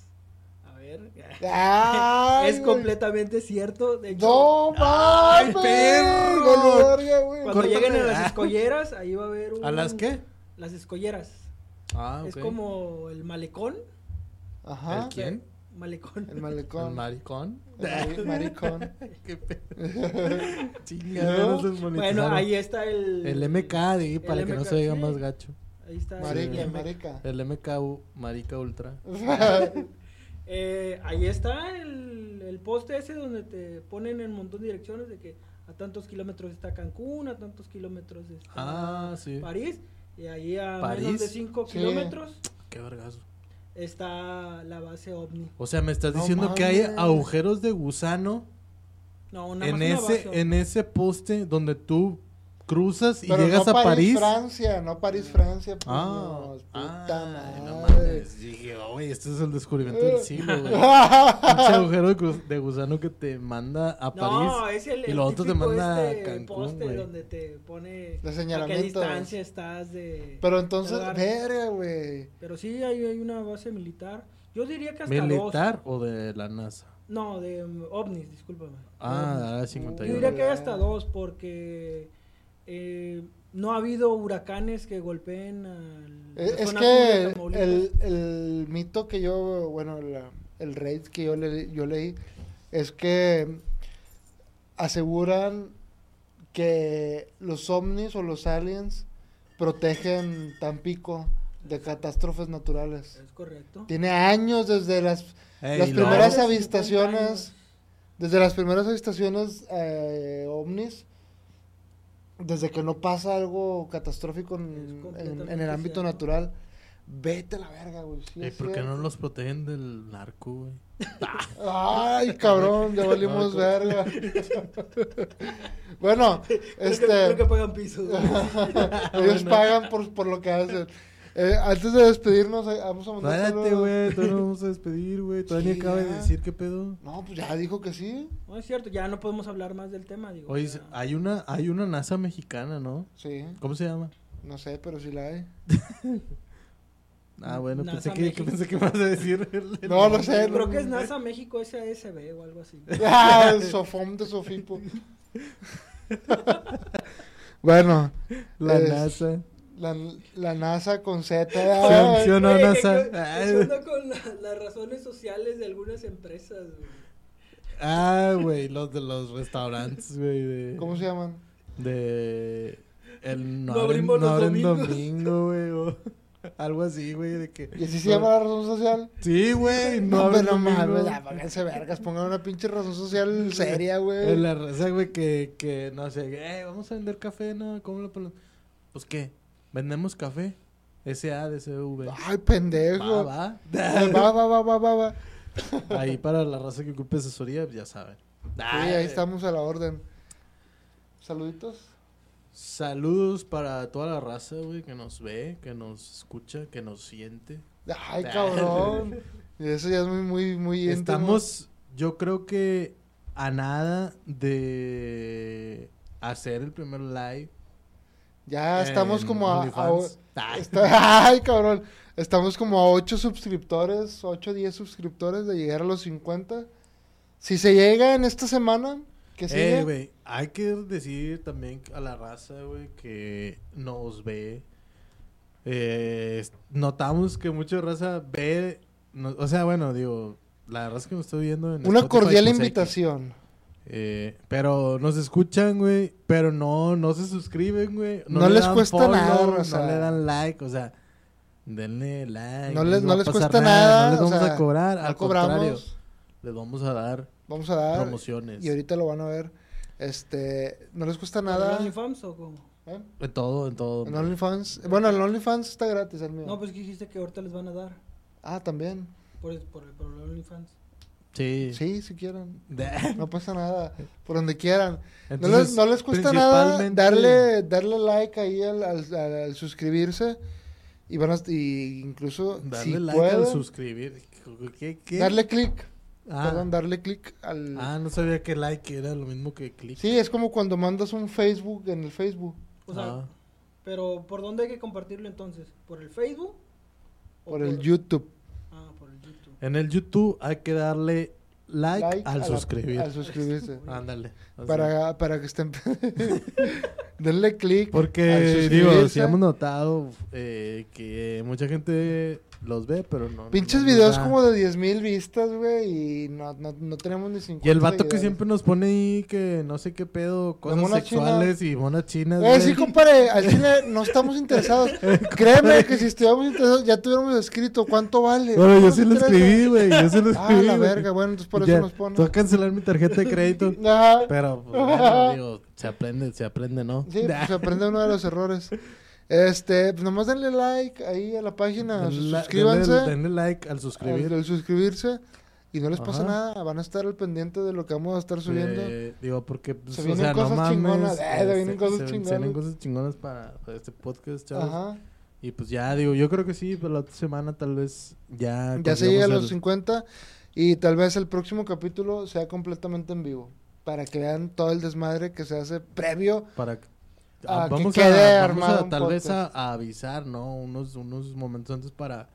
A ver.
¡Ay,
es
güey!
completamente cierto. De hecho,
¡No
¡Ay,
mames!
perro!
¡Con la verga, güey!
cuando
córtale.
lleguen a
Ah.
las escolleras, ahí va a haber un.
¿A las qué?
Las escolleras.
Ah, ok.
Es como el malecón.
Ajá.
¿El quién?
Malecón.
El malecón.
¿El maricón?
El mari- maricón.
¿Qué pedo?
¿No?
Chingados,
Bueno, ahí está el.
El MK, di, para
el
que no
MK,
se oiga
sí.
más gacho.
Ahí está.
Marica,
Sí.
el
marica.
El MK, u- marica ultra.
Eh, ahí está el, el poste ese donde te ponen en un montón de direcciones de que a tantos kilómetros está Cancún, a tantos kilómetros está
Ah, sí.
París, y ahí a
París.
menos de 5
Sí.
kilómetros
Qué vergazo.
está la base OVNI.
O sea, me estás
No
diciendo que hay
mames.
agujeros de gusano
No, nada
en
más una
ese,
base.
en ese poste donde tú cruzas y
Pero
llegas
no
a París.
Francia, no París, Francia. pues,
Ah,
Dios,
ah,
puta
no
madre.
mames. Dije, "Oh, güey, este es el descubrimiento del siglo, güey. Pinche agujero de gus- de gusano que te manda a París.
No, es el,
y
el
lo otro te
típico
manda a
este
Cancún,
poste
güey.
donde te pone
De
a qué
señalamientos.
distancia estás de
Pero entonces,
lugar.
verga, güey.
Pero sí hay, hay una base militar. Yo diría que hasta
¿Militar o de la NASA?
dos. No, de um, ovnis, discúlpame.
Ah,
Ovnis.
la
Yo
51.
diría
Yo
que hay hasta dos porque eh, no ha habido huracanes que golpeen al,
Eh,
la
Es
zona sur de
que
Tamaulipas.
el, el mito que yo, bueno, la- el raid que yo, le, yo leí es que aseguran que los ovnis o los aliens protegen Tampico de catástrofes naturales.
Es correcto.
Tiene años desde las
Ey,
las
y luego-
primeras
Los
avistaciones,
50
desde las primeras avistaciones eh, ovnis, desde que no pasa algo catastrófico
Es
en, en- en
completamente
el ámbito
cierto.
natural, vete a la verga, güey. Sí,
¿Y
es
Eh, por qué
cierto.
no los protegen del narco, güey?
Ay, cabrón, ya valimos
No,
verga. bueno,
Creo que,
este,
creo que pagan piso. güey.
ellos pagan por, por lo que hacen. Eh, antes de despedirnos, eh, vamos a mandar
Espérate,
saludos.
güey. Todavía nos vamos a despedir, güey. Todavía
Sí,
ni acaba de
ya.
decir qué pedo.
No, pues ya dijo que sí.
No es cierto, ya no podemos hablar más del tema, digo.
Oye,
ya.
hay una, hay una NASA mexicana, ¿no?
Sí,
¿Cómo se llama?
no sé, pero sí la hay.
Ah, bueno, pensé
NASA
que, que
México.
pensé que me ibas a decir. el-
No, no sé.
Creo que es NASA México SASB o algo así.
Ah, Sofom de Sofipo. bueno,
La
Es-
NASA.
la, la NASA con Z. ah,
Sí,
Ay,
no,
Güey, ¿qué-
NASA.
qué- ¿Qué onda con la- las razones sociales de algunas empresas, güey?
Ah, güey, los de los restaurantes, güey. De,
¿Cómo se llaman?
De. El, no,
No
abren,
abrimos
no
los
abren
domingos.
domingo, güey. o algo así, güey. De que.
¿Y así se llama la razón social? Pues,
Sí, güey. No,
No,
abren
pero no mames,
domingo.
ya, pónganse vergas, pongan una pinche razón social seria,
Eh,
güey.
La raza, güey, que, que no sé, que, "Eh, vamos a vender café, ¿no? ¿Cómo lo ponemos? Pues qué, vendemos café. S.A. de C.V.
Ay, Ah, pendejo. Va,
Va,
va, va, va, va, va. va.
va. Ahí para la raza que ocupe asesoría, pues, ya saben.
Sí, ahí estamos a la orden. Saluditos.
Saludos para toda la raza, güey, que nos ve, que nos escucha, que nos siente.
Ay, cabrón. Eso ya es muy, muy, muy íntimo.
Estamos, yo creo que a nada de hacer el primer live.
Ya Ah, estamos
en
como a- a,
OnlyFans. Ah.
Está- ay, cabrón. Estamos como a 8 suscriptores, 8 o 10 suscriptores de llegar a los 50. Si se llega en esta semana, que sigue.
Eh, güey, hay que decir también a la raza, güey, que nos ve. Eh, es- notamos que mucha raza ve, no- o sea, bueno, digo, la raza que nos está viendo en
una
Spotify,
cordial
pues,
invitación.
hay que- eh, pero nos escuchan, güey, pero no, no se suscriben, güey.
No
le
les
dan
cuesta nada, raza.
No le dan like, o sea, denle like.
No les- no
va a
les
pasar
cuesta nada,
No les
o
vamos
sea,
a cobrar,
No
al
cobramos.
contrario, les vamos a dar
Vamos a dar.
promociones.
Y ahorita lo van a ver. Este, no les cuesta
¿Con
nada.
OnlyFans o cómo?
¿eh?
En todo, en todo.
En OnlyFans. Bueno, el OnlyFans está gratis, el mío.
No, pues que dijiste que ahorita les van a dar
Ah, también.
por, el- por, el- por el OnlyFans.
Sí.
Sí, si quieren.
De-
No pasa nada. Por donde quieran. No les,
Entonces,
no les cuesta nada
principalmente-
darle, darle like ahí al, al- al- al suscribirse. Y van a, y incluso
Darle
si
like
pueden,
al suscribir. ¿Qué, qué?
darle clic.
ah,
Perdón, darle clic al...
ah, no sabía que like era lo mismo que click.
Sí, es como cuando mandas un Facebook en el Facebook.
O sea,
Ah.
pero ¿por dónde hay que compartirlo entonces? ¿Por el Facebook? ¿O
Por el YouTube.
Ah, por el YouTube.
En el YouTube hay que darle like,
Like
al
a la-
suscribir. Ah,
al suscribirse.
Ándale. así.
para, para que estén... denle clic.
Porque,
al
digo,
suscribirse.
si hemos notado eh, que mucha gente los ve, pero no.
Pinches
no les
videos
da.
como de 10.000 vistas, güey, y no, no, no tenemos ni 50
Y el vato que
seguidores.
siempre nos pone ahí que no sé qué pedo, cosas
mona china.
sexuales y monas chinas.
Eh,
güey.
sí, compadre, al chile no estamos interesados. Créeme que si estuviéramos interesados ya tuviéramos escrito cuánto vale.
Bueno,
No
yo
nos
sí lo
interesa.
escribí, güey. Yo sí lo
Ah,
escribí.
la
güey.
verga, bueno, entonces por eso
Ya,
nos ponen.
te voy a cancelar mi tarjeta de crédito.
Ajá.
Pero, pues, bueno, digo, se aprende, se aprende, ¿no?
Sí, pues aprende uno de los errores. Este, pues nomás denle like ahí a la página,
Denle la-
suscríbanse,
Denle, denle like al
al,
suscribir.
al suscribirse y no les pasa
Ajá.
nada, van a estar al pendiente de lo que vamos a estar subiendo.
Eh, digo, porque, pues,
Se
o
vienen
sea, no
cosas
mames.
chingonas, eh, se
este,
vienen cosas
se- se
chingonas.
vienen cosas chingonas para, para este podcast, chavos.
Ajá.
Y pues ya, digo, yo creo que sí, pero la otra semana tal vez ya.
Ya se
consigamos
llega a
el-
los 50 y tal vez el próximo capítulo sea completamente en vivo. Para que vean todo el desmadre que se hace previo.
Para que- ah,
Ah, que
vamos
quede
a, vamos
armado
a
un
tal vez a,
podcast.
a avisar, ¿no? Unos, unos momentos antes para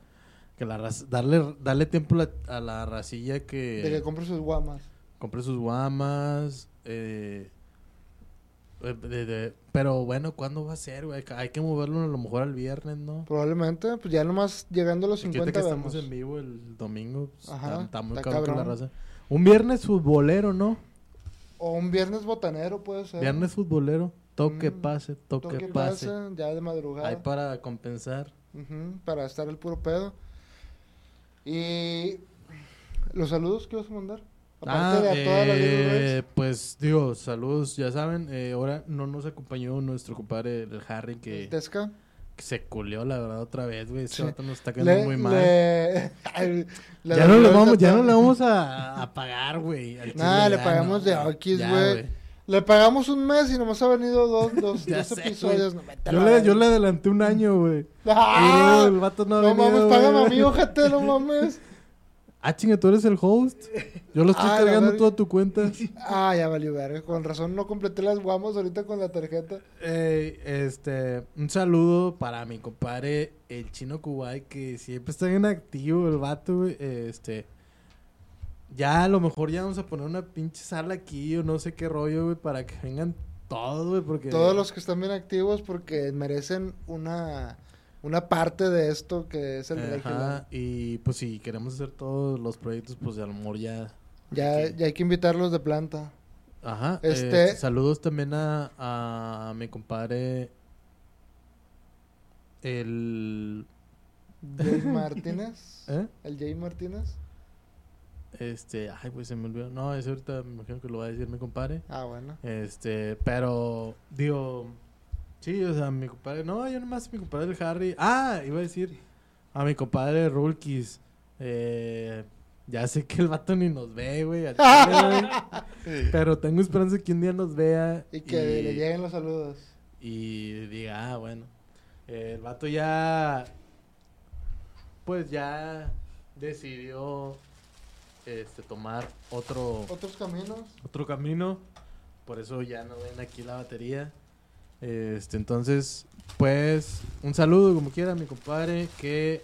que la raza- darle, darle tiempo la- a la racilla que,
De que compre sus guamas.
compre sus guamas, eh, eh, de- de- pero bueno, ¿cuándo va a ser, güey? Hay que moverlo a lo mejor al viernes, ¿no?
Probablemente, pues ya nomás llegando a los
Porque ahorita
50
que
vemos.
estamos en vivo el domingo, pues,
Ajá,
está, está muy
está
cabrón con la
cabrón.
raza. Un viernes futbolero, ¿no?
O un viernes botanero puede ser.
Viernes futbolero, toque
Mm,
pase, toque,
Toque
pase.
pase, ya de madrugada.
Ahí para compensar.
Ujú, para estar el puro pedo. Y los saludos que vas a mandar. Aparte de a toda la Little Race.
Ah, eh, pues digo, saludos, ya saben, eh, ahora no nos acompañó nuestro compadre el Harry que,
Tesca.
que se culió la verdad otra vez, güey, ese
Este Sí.
vato nos está quedando
Le-
muy mal.
le- Ay, le
ya, no
dolió
lo
el
vamos, ya no
tatuaje.
le vamos a, a pagar, güey. al chile
Nah, le
ya,
pagamos
no,
de
ya,
Oquis,
ya,
güey. Le pagamos un mes y nomás ha venido dos, dos,
Ya
dos
sé,
episodios.
güey.
No, vete a
Yo
la
le,
verga.
yo le adelanté un año, güey.
¡Ah!
Y el vato no ha
No
venido,
mames,
güey.
págame a mí, ojete, no mames.
Ah, chinga, tú eres el host. Yo lo estoy
Ah, la
cargando
verga.
toda tu cuenta.
Ah, ya valió verga. Con razón no completé las guamos ahorita con la tarjeta.
Eh, este, un saludo para mi compadre, el chino Kuwait, que siempre está bien activo, el vato, güey, Este, ya a lo mejor ya vamos a poner una pinche sala aquí o no sé qué rollo, güey, para que vengan todos, güey, porque...
Todos los que están bien activos porque merecen una, una parte de esto que es el
Ajá,
Regiland.
y pues si queremos hacer todos los proyectos, pues de amor ya...
Ya,
Ok.
ya hay que invitarlos de planta.
Ajá.
Este-
eh, saludos también a, a mi compadre, el...
Jay Martínez.
¿eh?
El Jay Martínez.
Este, ay, pues se me olvidó. No, eso ahorita me imagino que lo va a decir mi compadre.
Ah, bueno.
Este, pero, digo, sí, o sea, mi compadre, no, yo nomás mi compadre el Harry. Ah, iba a decir a mi compadre Rulkis. Eh, ya sé que el vato ni nos ve, güey. al chile, güey, pero tengo esperanza que un día nos vea.
Y que le lleguen los saludos.
y diga, ah, bueno. Eh, el vato ya. Pues ya decidió este, tomar otro
Otros caminos.
otro camino. Por eso ya no ven aquí la batería. Este, entonces, pues, un saludo como quiera a mi compadre que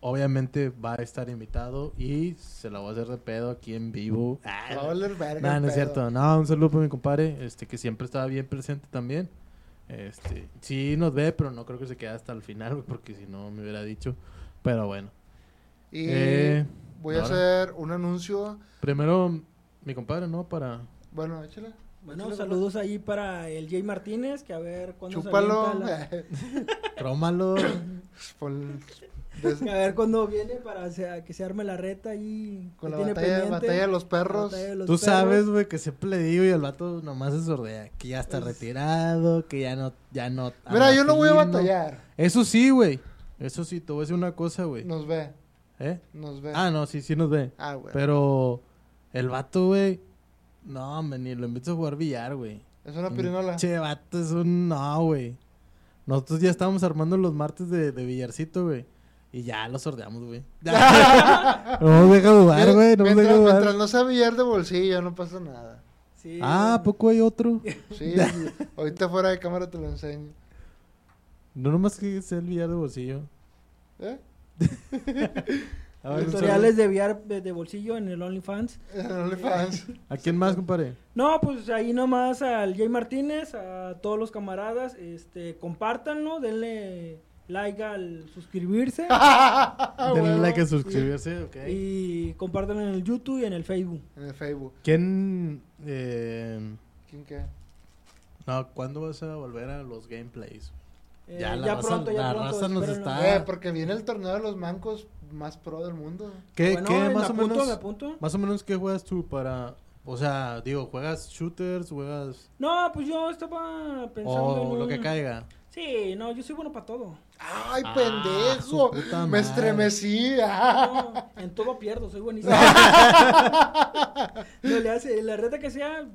obviamente va a estar invitado y se la voy a hacer de pedo aquí en vivo. Ah,
Va a valer verga.
no,
el
no es
pedo.
cierto. No, un saludo para mi compadre, este, que siempre estaba bien presente también. Este, sí nos ve, pero no creo que se quede hasta el final, güey, porque si no me hubiera dicho. Pero bueno.
Y
Eh,
voy a
ahora.
hacer un anuncio.
Primero, mi compadre, ¿no? Para...
Bueno, échale.
Bueno,
Échale,
saludos ahí para el Jay Martínez, que a ver cuándo se
Chúpalo. eh. Pues,
avienta la-
Rómalo.
Pon- des-
A ver cuándo viene para se- que se arme la reta ahí.
con la
que tiene
batalla,
pendiente.
batalla de los perros.
Batalla de los
Tú
perros.
sabes, güey, que siempre le digo y el vato nomás se sordea. Que ya está retirado, que ya no, ya no.
Mira,
anda
yo no voy a
fino.
batallar.
Eso sí, güey. Eso sí, te voy a decir una cosa, güey.
Nos ve,
¿Eh?
nos ve.
Ah, no, sí, sí nos ve.
Ah, güey.
Pero el vato, güey. No, hombre, ni lo invito a jugar billar, güey.
Es una pirinola.
Che, vato, es un no, güey. Nosotros ya estábamos armando los martes de, de billarcito, güey. Y ya lo sordeamos, güey. Ya. no nos deja jugar,
Mien-
güey. No nos
mientras,
deja
mientras
jugar.
no sea billar de bolsillo, no pasa nada.
Sí,
Ah, ¿a
bueno.
poco hay otro?
Sí, ahorita fuera de cámara te lo enseño.
No nomás que sea el billar de bolsillo.
¿Eh?
A ver, un
Tutoriales de VR de, de bolsillo en el OnlyFans.
En OnlyFans.
saludo. ¿A quién más, compadre?
No, pues ahí nomás al Jay Martínez, a todos los camaradas, este, compártanlo, denle like al suscribirse
Denle
Ah, huevo.
like a suscribirse, ok.
y compártanlo en el YouTube y en el Facebook.
En el Facebook.
¿Quién. eh,
¿Quién qué?
no, ¿cuándo vas a volver a los gameplays?
Eh,
Ya la raza- la raza nos
espérenlo.
está- Ah.
Eh, porque viene el torneo de los mancos más pro del mundo.
¿Qué,
Bueno,
qué
me
más o
apunto,
menos?
me apunto.
Más o menos, ¿qué juegas tú para.? O sea, digo, ¿juegas shooters? ¿Juegas.?
No, pues yo estaba pensando
O
en
Oh, lo que
un-
caiga.
Sí, no, yo soy bueno para todo.
¡Ay,
Ah,
pendejo!
su puta
Me
madre.
estremecí.
No, en todo pierdo, soy buenísimo. no le hace, la reta que sea,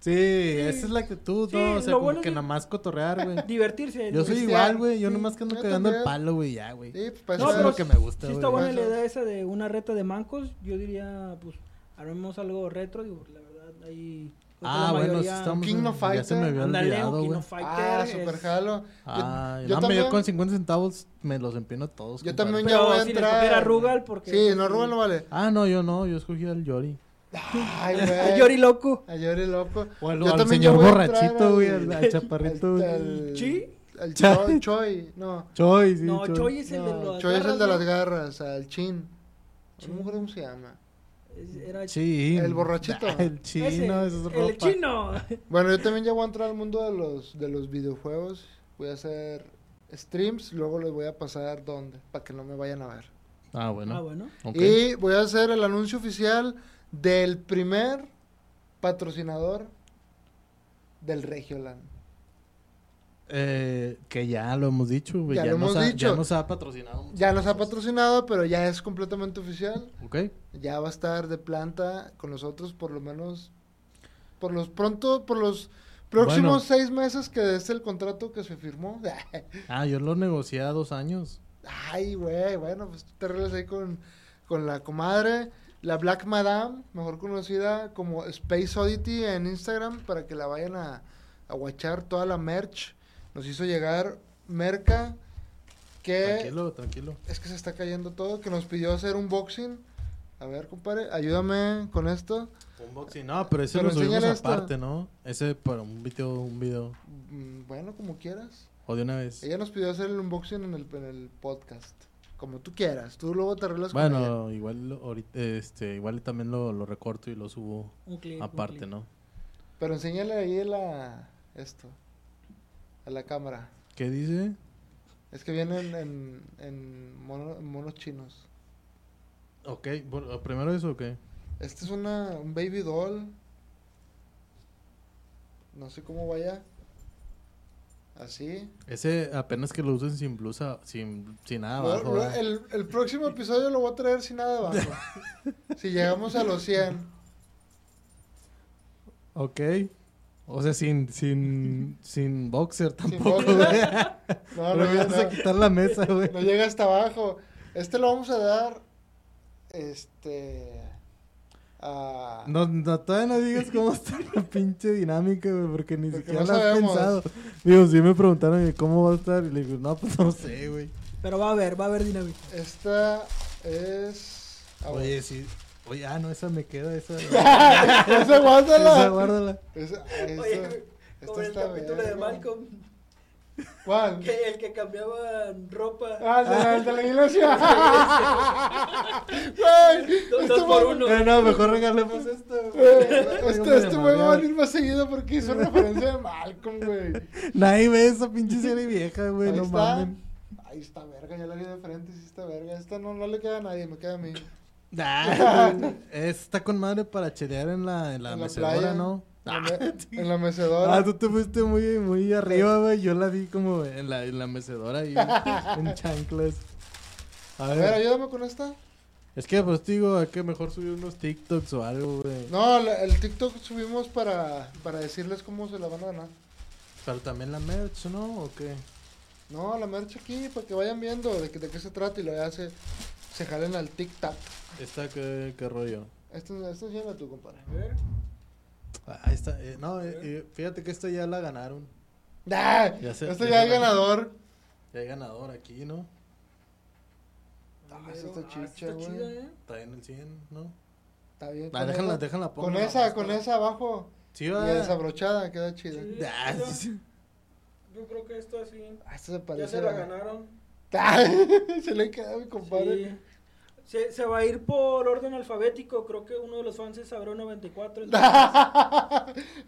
Sí, esa es la actitud,
Sí,
¿no? O sea,
lo
como
bueno es
que
que-
nada más cotorrear, güey.
divertirse.
Yo soy
Cristian,
igual, güey. Yo
sí,
nomás que ando
yo
cagando el
también.
palo, güey, ya, güey.
Sí, pues, para
Eso
eso
No,
es
pero
lo que me gusta,
Sí
güey.
está buena la
Gracias.
idea esa de una reta de mancos, yo diría, pues, armemos algo retro, digo, la verdad, ahí... creo que
Ah,
la
bueno, sí
mayoría-
estamos.
King
en-
of
Ya se me había
Ándale,
olvidado,
un King
güey.
of
Ah,
Fighters,
super
es-
jalo.
Ah,
yo
yo,
también-
con 50 centavos me los empino todos.
Yo
compadre.
también ya voy
Pero
a
si le
entrar.
tocara Rugal, porque...
Sí, no, Rugal no vale.
Ah, no, yo no, yo escogí al Yori.
Ay,
Ay,
güey.
Yori loco.
A Yori loco.
O al,
Yo
al
también ya
señor
voy a entrar
borrachito, güey,
al- este,
al, al chaparrito. güey.
Al-
¿Chi?
Al Choy, Choy, no.
Choy, sí,
No, Choy es el de
no,
los...
Choy es el de las garras, al Chin. No me acuerdo cómo se llama.
Era
Chin.
El borrachito.
Ah, El chino,
Ese,
eso es ropa.
El chino.
Bueno, yo también ya voy a entrar al mundo de los, de los videojuegos. Voy a hacer streams, luego les voy a pasar dónde, para que no me vayan a ver.
Ah, bueno.
Ah, bueno.
ok.
Y voy a hacer el anuncio oficial del primer patrocinador del Regioland.
Eh, que ya lo hemos dicho, güey.
Ya
Ya,
lo
nos
hemos
ha,
dicho.
ya nos ha patrocinado. muchas
Ya nos ha
cosas.
patrocinado, pero ya es completamente oficial.
Ok.
Ya va a estar de planta con nosotros por lo menos por los pronto, por los próximos seis meses que es el contrato que se firmó.
Ah, yo lo negocié a dos años.
Ay, güey, bueno, pues tú te arreglas ahí con, con la comadre, la Black Madame, mejor conocida como Space Oddity en Instagram, para que la vayan a, a guachar toda la merch. Nos hizo llegar merca que
Tranquilo, tranquilo.
es que se está cayendo todo, que nos pidió hacer un boxing. A ver, compadre, ayúdame con esto.
Un boxing. No, pero ese
Pero
lo subimos
enséñale esta.
aparte, ¿no? Ese para un video, un video.
Mm, Bueno, como quieras.
O de una vez.
Ella nos pidió hacer el unboxing en el, en el podcast. Como tú quieras. Tú luego te arreglas con ella.
Bueno, igual lo- ahorita, este, igual también lo, lo recorto y lo subo
Un clip, un
aparte,
clip.
¿no?
Pero enséñale ahí la esto a la cámara.
¿Qué dice?
Es que vienen en, en mono- monos chinos.
Ok, bueno, primero eso, ok.
Este es una un baby doll. No sé cómo vaya. Así.
Ese apenas que lo usen sin blusa, sin, sin nada
Lo-
abajo.
lo-
¿verdad?
el, el próximo episodio lo voy a traer sin nada abajo. si llegamos a los 100.
Ok. O sea, sin, sin, sin boxer tampoco,
boxer.
güey.
No,
No
no,
me
llega-
vas a quitar la mesa, güey.
no- no llega hasta abajo. Este lo vamos a dar. Este. A,
No, no, todavía no digas cómo está la pinche dinámica, güey, porque ni
Porque
siquiera
no
la has
sabemos.
pensado. Digo, sí me preguntaron "¿Y cómo va a estar y le digo, no, pues no sé, güey.
Pero va a haber, va a haber dinámica.
Esta es. ah,
Oye, sí. Oye, ah, no, esa me queda, esa.
bueno. Esa, guárdala.
esa, guárdala.
Esa- esa-
Oye, güey,
esta
como el
está
capítulo de
verga.
Malcolm,
¿Cuál?
que el que cambiaba ropa.
Ah, el de la, el de la iglesia. Güey,
Dos-
este
dos por
va-
uno.
Eh, no, mejor regalemos esto, güey.
Eh,
Digo,
Este, este
me
güey va a
marearon.
venir más seguido porque hizo referencia de Malcolm, güey.
Nadie ve esa pinche serie vieja, güey,
Ahí
no
está.
mamen.
Ahí está verga, ya la vi de frente, sí está verga. Esta no, no le queda a nadie, me queda a mí.
Nah, está con madre para chelear en la, en la
En la
mecedora,
playa.
¿no?
En
Ah,
la, me-
sí.
en la mecedora.
Ah, tú te fuiste muy, muy arriba, güey. Yo la vi como en la, en la mecedora y en chanclas. A
a
ver,
ver, ayúdame con esta.
es que pues te digo, hay que mejor subir unos TikToks o algo, güey.
No, la- el TikTok subimos para, para decirles cómo se la van a ganar.
Pero también la merch, ¿no? ¿O qué?
No, la marcha aquí, para que vayan viendo de, qué- de qué se trata y lo ya se, se jalen al tic-tac.
¿Esta qué, qué rollo?
Esto, esto llena tú, compadre.
A ver.
Ah, esta, eh, no, eh, eh, fíjate que esta ya la ganaron.
¡Ah!
Ya sé,
este
ya
ya
sé
es
la-
ganador.
Ya hay ganador aquí, ¿no?
Ah,
Pero-
esa está
ah, esa
chicha,
está
güey.
chida, ¿eh?
Está en el 100, ¿no?
Está bien.
Ah,
con
déjala,
esa-
déjala,
Con
pongo
esa,
nomás
con
para-
esa abajo.
Sí,
Y
va.
desabrochada, queda chida.
Sí.
Ah, sí.
Yo creo que esto así.
Ah, esta se parece.
Ya se la
a-
ganaron.
¡Ah! se le queda a mi compadre.
Sí. Se, se va a ir por orden alfabético. Creo que uno de los fans es Sabrón 94.
el
entonces-
otro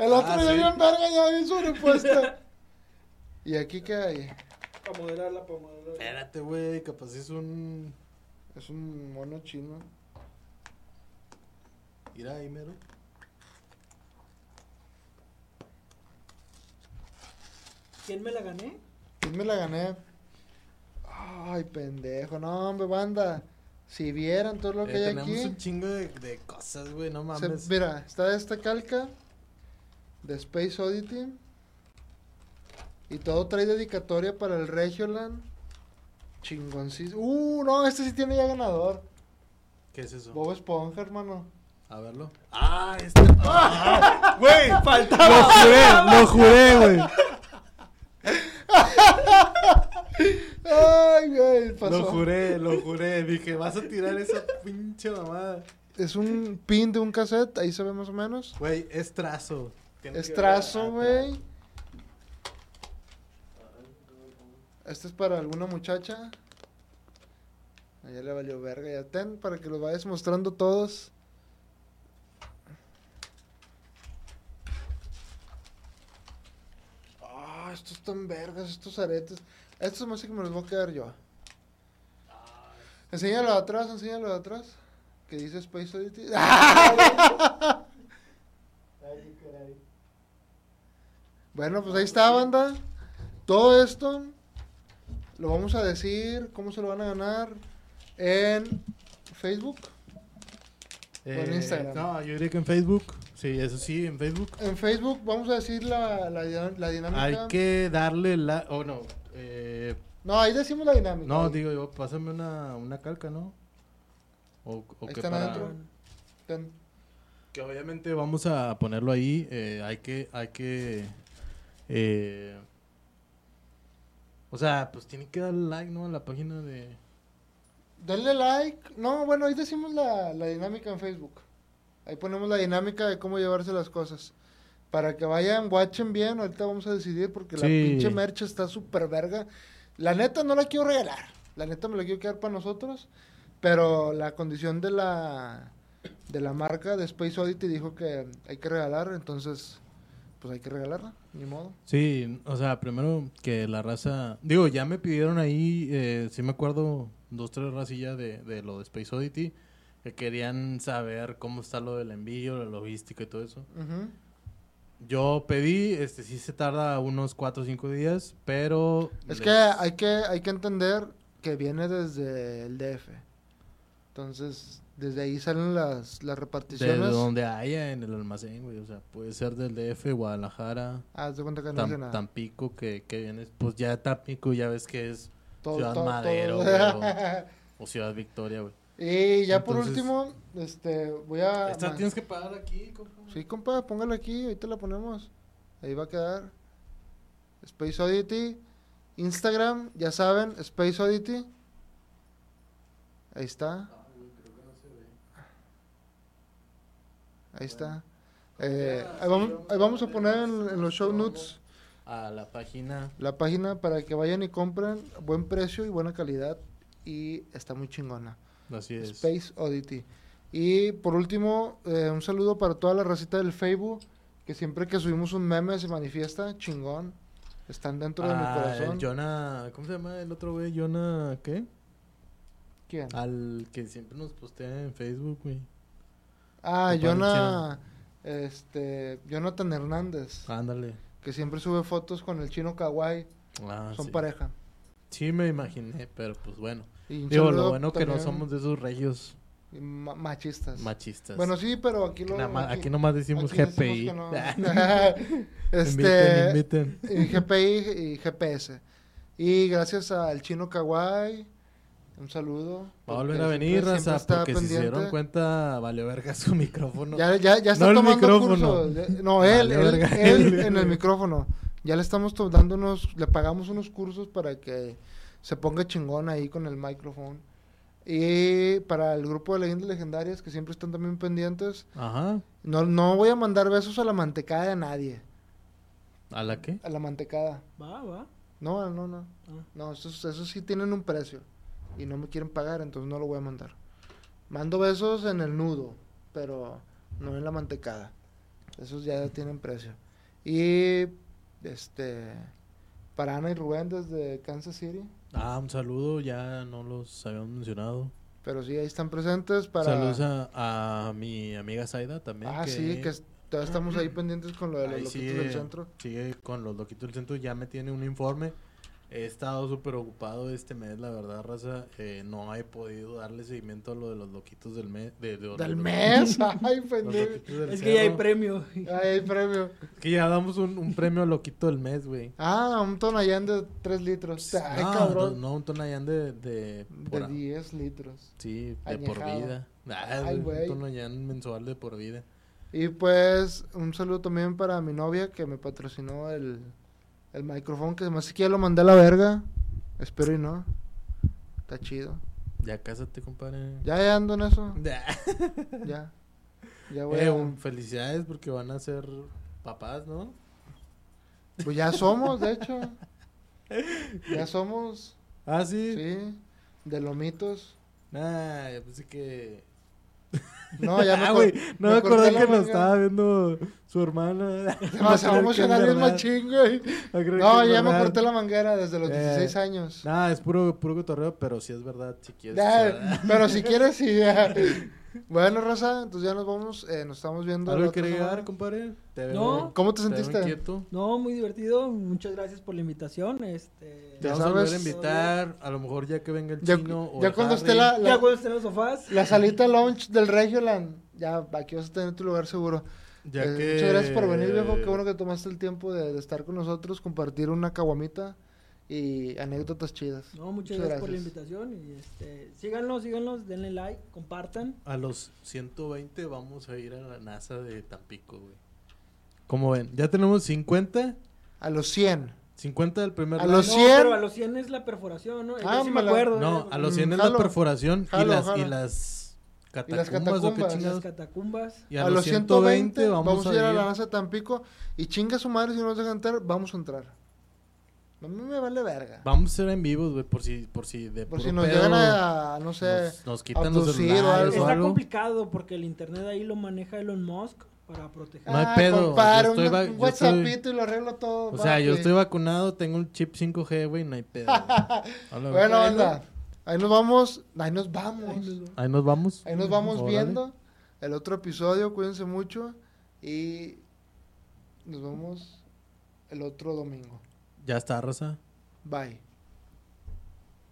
Ah,
ya
sí.
bien verga, ya bien sobrepuesta. ¿Y aquí qué hay?
para modelarla, para modelarla.
Espérate, güey, capaz es un...
Es un mono chino.
Ir ahí, mero.
¿Quién me la gané?
Yo Pues me la gané. Ay, pendejo, no, hombre, banda. Si vieran todo lo
Eh,
que hay
tenemos
aquí.
un chingo de, de cosas, güey, no
Se-
mames.
mira, está esta calca de Space Oddity. Y todo trae dedicatoria para el Regioland. Chingoncísimo. Uh, no, este sí tiene ya ganador.
¿Qué es eso?
Bob Esponja, hermano.
A verlo. ¡Ah, este! ¡Ah! ¡Güey! ¡Faltaba! ¡Lo juré! ¡Lo juré, güey!
Ay, güey,
Lo
pasó.
juré, lo juré. Dije, vas a tirar esa pinche mamada.
Es un pin de un cassette, ahí se ve más o menos.
Güey, es trazo. Tiene
Es
que-
trazo,
Ah,
güey. Este es para alguna muchacha. Ah, Ya le valió verga, ya ten, para que los vayas mostrando todos. Ah, estos están vergas, estos aretes. Estos más que me los voy a quedar yo. Enséñalo de atrás, enséñalo de atrás. que dice Space Oddity. bueno, pues ahí está, banda. Todo esto lo vamos a decir, cómo se lo van a ganar en Facebook.
Eh,
en Instagram.
No, yo diría que en Facebook. Sí, eso sí, en Facebook.
En Facebook vamos a decir la, la, di- la dinámica.
Hay que darle la... Oh, no. eh,
No, ahí decimos la dinámica.
no,
Ahí.
digo yo, pásame una, una calca, ¿no? O, o
Ahí
que
están
para-
adentro. Ten-
Que obviamente vamos a ponerlo ahí. eh, hay que, hay que. eh, o sea, pues tienen que dar like, ¿no? A la página de.
Denle like. No, bueno, ahí decimos la, la dinámica en Facebook. Ahí ponemos la dinámica de cómo llevarse las cosas. Para que vayan, watchen bien. Ahorita vamos a decidir porque la
Sí.
pinche merch está súper verga. La neta no la quiero regalar. La neta me la quiero quedar para nosotros. Pero la condición de la, de la marca de Space Oddity dijo que hay que regalar. Entonces, pues hay que regalarla. Ni modo.
Sí, o sea, primero que la raza. Digo, ya me pidieron ahí, eh, sí me acuerdo, dos, tres racillas de, de lo de Space Oddity. Que querían saber cómo está lo del envío, la logística y todo eso.
Ujú.
Yo pedí, este sí se tarda unos cuatro o cinco días, pero. les-
Es que hay que hay que entender que viene desde el DF. Entonces, desde ahí salen las, las
De
reparticiones.
donde haya en el almacén, güey. O sea, puede ser del DF, Guadalajara,
Ah, haz de cuenta que no
Tam-
hace nada.
Tampico, que, que vienes. Pues ya Tampico ya ves que es.
Todo-
Ciudad
todo-
Madero,
todo.
pero- O Ciudad Victoria, güey.
y ya por
Entonces-
último, este, voy a...
Esta
ma-
tienes que pagar aquí, compa.
Sí, compa, póngala aquí, ahorita la ponemos. Ahí va a quedar. Space Oddity. Instagram, ya saben, Space Oddity. Ahí está. Ahí está. Eh, ahí, vamos, ahí vamos a poner en, en los show notes
A la página.
la página para que vayan y compren buen precio y buena calidad. Y está muy chingona.
Así es.
Space Oddity. Y por último, eh, un saludo para toda la racita del Facebook, que siempre que subimos un meme se manifiesta, chingón. Están dentro de
Ah,
mi corazón.
el Jonah, ¿cómo se llama el otro güey? Jonah, ¿qué?
¿Quién?
Al que siempre nos postea en Facebook, güey.
Ah,
Compadre
Jonah, este, Jonathan Hernández,
Ándale.
que siempre sube fotos con el chino kawaii,
Ah,
son
sí.
pareja.
Sí, me imaginé, pero pues bueno.
Y un
Digo,
saludo
lo bueno que no
también
somos de esos regios
ma- machistas.
machistas.
Bueno, sí, pero aquí lo...
Nada más- aquí, nomás decimos
aquí decimos
GPI.
que no.
Inviten,
este,
inviten.
y GPI y GPS. Y gracias al chino Kawaii, un saludo.
Va a volver
porque
a venir,
siempre- siempre
raza,
está
porque si se
pendiente.
dieron cuenta, valió verga su micrófono.
Ya, ya, ya está
No el
tomando
micrófono.
cursos. Ya- No, él,
Vale,
él,
verga.
él en el micrófono. Ya le estamos to- dando unos, le pagamos unos cursos para que se ponga chingón ahí con el micrófono. Y para el grupo de leyendas legendarias que siempre están también pendientes,
Ajá.
no, no voy a mandar besos a la mantecada de nadie.
¿A la qué?
A la mantecada.
Va, va.
No, no, no.
Ah.
No, esos, esos sí tienen un precio. Y no me quieren pagar, entonces no lo voy a mandar. Mando besos en el nudo, pero no en la mantecada. Esos ya tienen precio. Y este para Ana y Rubén desde Kansas City.
Ah, un saludo, ya no los habían mencionado.
Pero sí, ahí están presentes para.
Saludos a, a mi amiga Zaida también.
Ah, sí, que es- todavía estamos ahí pendientes con lo de los
ahí
loquitos
sigue,
del centro.
sigue con los loquitos del centro, ya me tiene un informe. He estado súper ocupado este mes, la verdad, raza. Eh, no he podido darle seguimiento a lo de los loquitos del mes. De, de-
Del
los-
mes. Ay,
los
pendejo.
loquitos del
Es que ya hay
cerro.
premio.
Ay, hay premio.
Que ya damos un, un premio loquito del mes, güey.
Ah, un tonallán de 3 litros. Ay,
no,
cabrón.
Ah, No, no, un Tonayán de... De, por
De
a-
10 litros.
Sí, de
Añejado.
por vida. Ah,
Ay, güey.
un Tonayán mensual de por vida.
Y pues, un saludo también para mi novia que me patrocinó el, el micrófono, que además que ya lo mandé a la verga. Espero y no. Está chido.
Ya cásate, compadre.
Ya, ya ando en eso.
Ya.
Ya. Ya, güey.
Eh, un- felicidades porque van a ser papás, ¿no?
Pues ya somos, de hecho. Ya somos.
Ah, sí.
Sí. De lomitos.
Nah, yo pensé que...
No, ya me
ah,
cor-
güey, no me,
corté
acordé
la
que lo
verga.
estaba viendo su hermana.
Demasiado emocional bien machín, güey. No, ya me corté
corté
la manguera desde los
Eh,
16 años.
Nah, es puro, puro cotorreo, pero sí es verdad, si quieres.
Ya,
o sea,
pero si quieres, sí. ya. Bueno, Raza, entonces ya nos vamos, eh, nos estamos viendo.
¿Algo
la
que
otra
agregar,
semana.
compadre? Te
No.
¿Cómo te
te veo
sentiste?
inquieto.
No, muy divertido. Muchas gracias por la invitación. Este,
Te
Ya
vamos a volver a
sabes.
invitar, a lo mejor ya que venga el
Ya,
chino o
ya
el
cuando esté
Harry.
la,
ya
la,
cuando estén los sofás.
la salita launch del Regioland, ya aquí vas a tener tu lugar seguro.
Ya
Eh,
que...
Muchas gracias por venir, viejo. Qué bueno que tomaste el tiempo de, de estar con nosotros, compartir una caguamita y anécdotas chidas.
No,
Muchas
muchas, gracias, por la
gracias.
invitación. Y este, síganlos, síganlos, denle like, compartan.
A los 120 vamos a ir a la NASA de Tampico, güey. Como ven, ya tenemos 50,
A los 100.
50 del primer
A
lado.
los
No,
100.
pero a los 100 es la perforación, ¿no? Ah,
Ah,
sí me
mala-
acuerdo.
No,
¿eh?
a los
Mm,
100 es
jalo.
la perforación y
Jalo,
las
jalo.
y las
Y
catacumbas, o
las
qué
catacumbas.
Las
chingados.
catacumbas.
Y a, los 120 vamos,
a ir a la NASA de Tampico y chinga su madre si no nos dejan entrar, vamos a entrar. A mí me vale verga.
Vamos a ser en vivo, güey, por si, por si de
Por
puro
si nos
pedo
llegan a, no sé,
nos, nos quitan los
abducir o
celulares
algo.
o
Está
Ah, algo.
complicado porque el internet ahí lo maneja Elon Musk para proteger.
No
Ah,
hay pedo,
compadre,
yo estoy
un-
va-
un
yo
WhatsAppito
estoy-
y lo arreglo todo.
O sea, yo
papi.
estoy vacunado, tengo un chip 5G, güey, no hay pedo. güey. Hola, güey.
Bueno, banda, ahí nos vamos, ahí nos vamos.
Ahí nos vamos.
Ahí nos vamos
Órale.
viendo el otro episodio, cuídense mucho y nos vemos el otro domingo.
Ya está, Rosa.
Bye.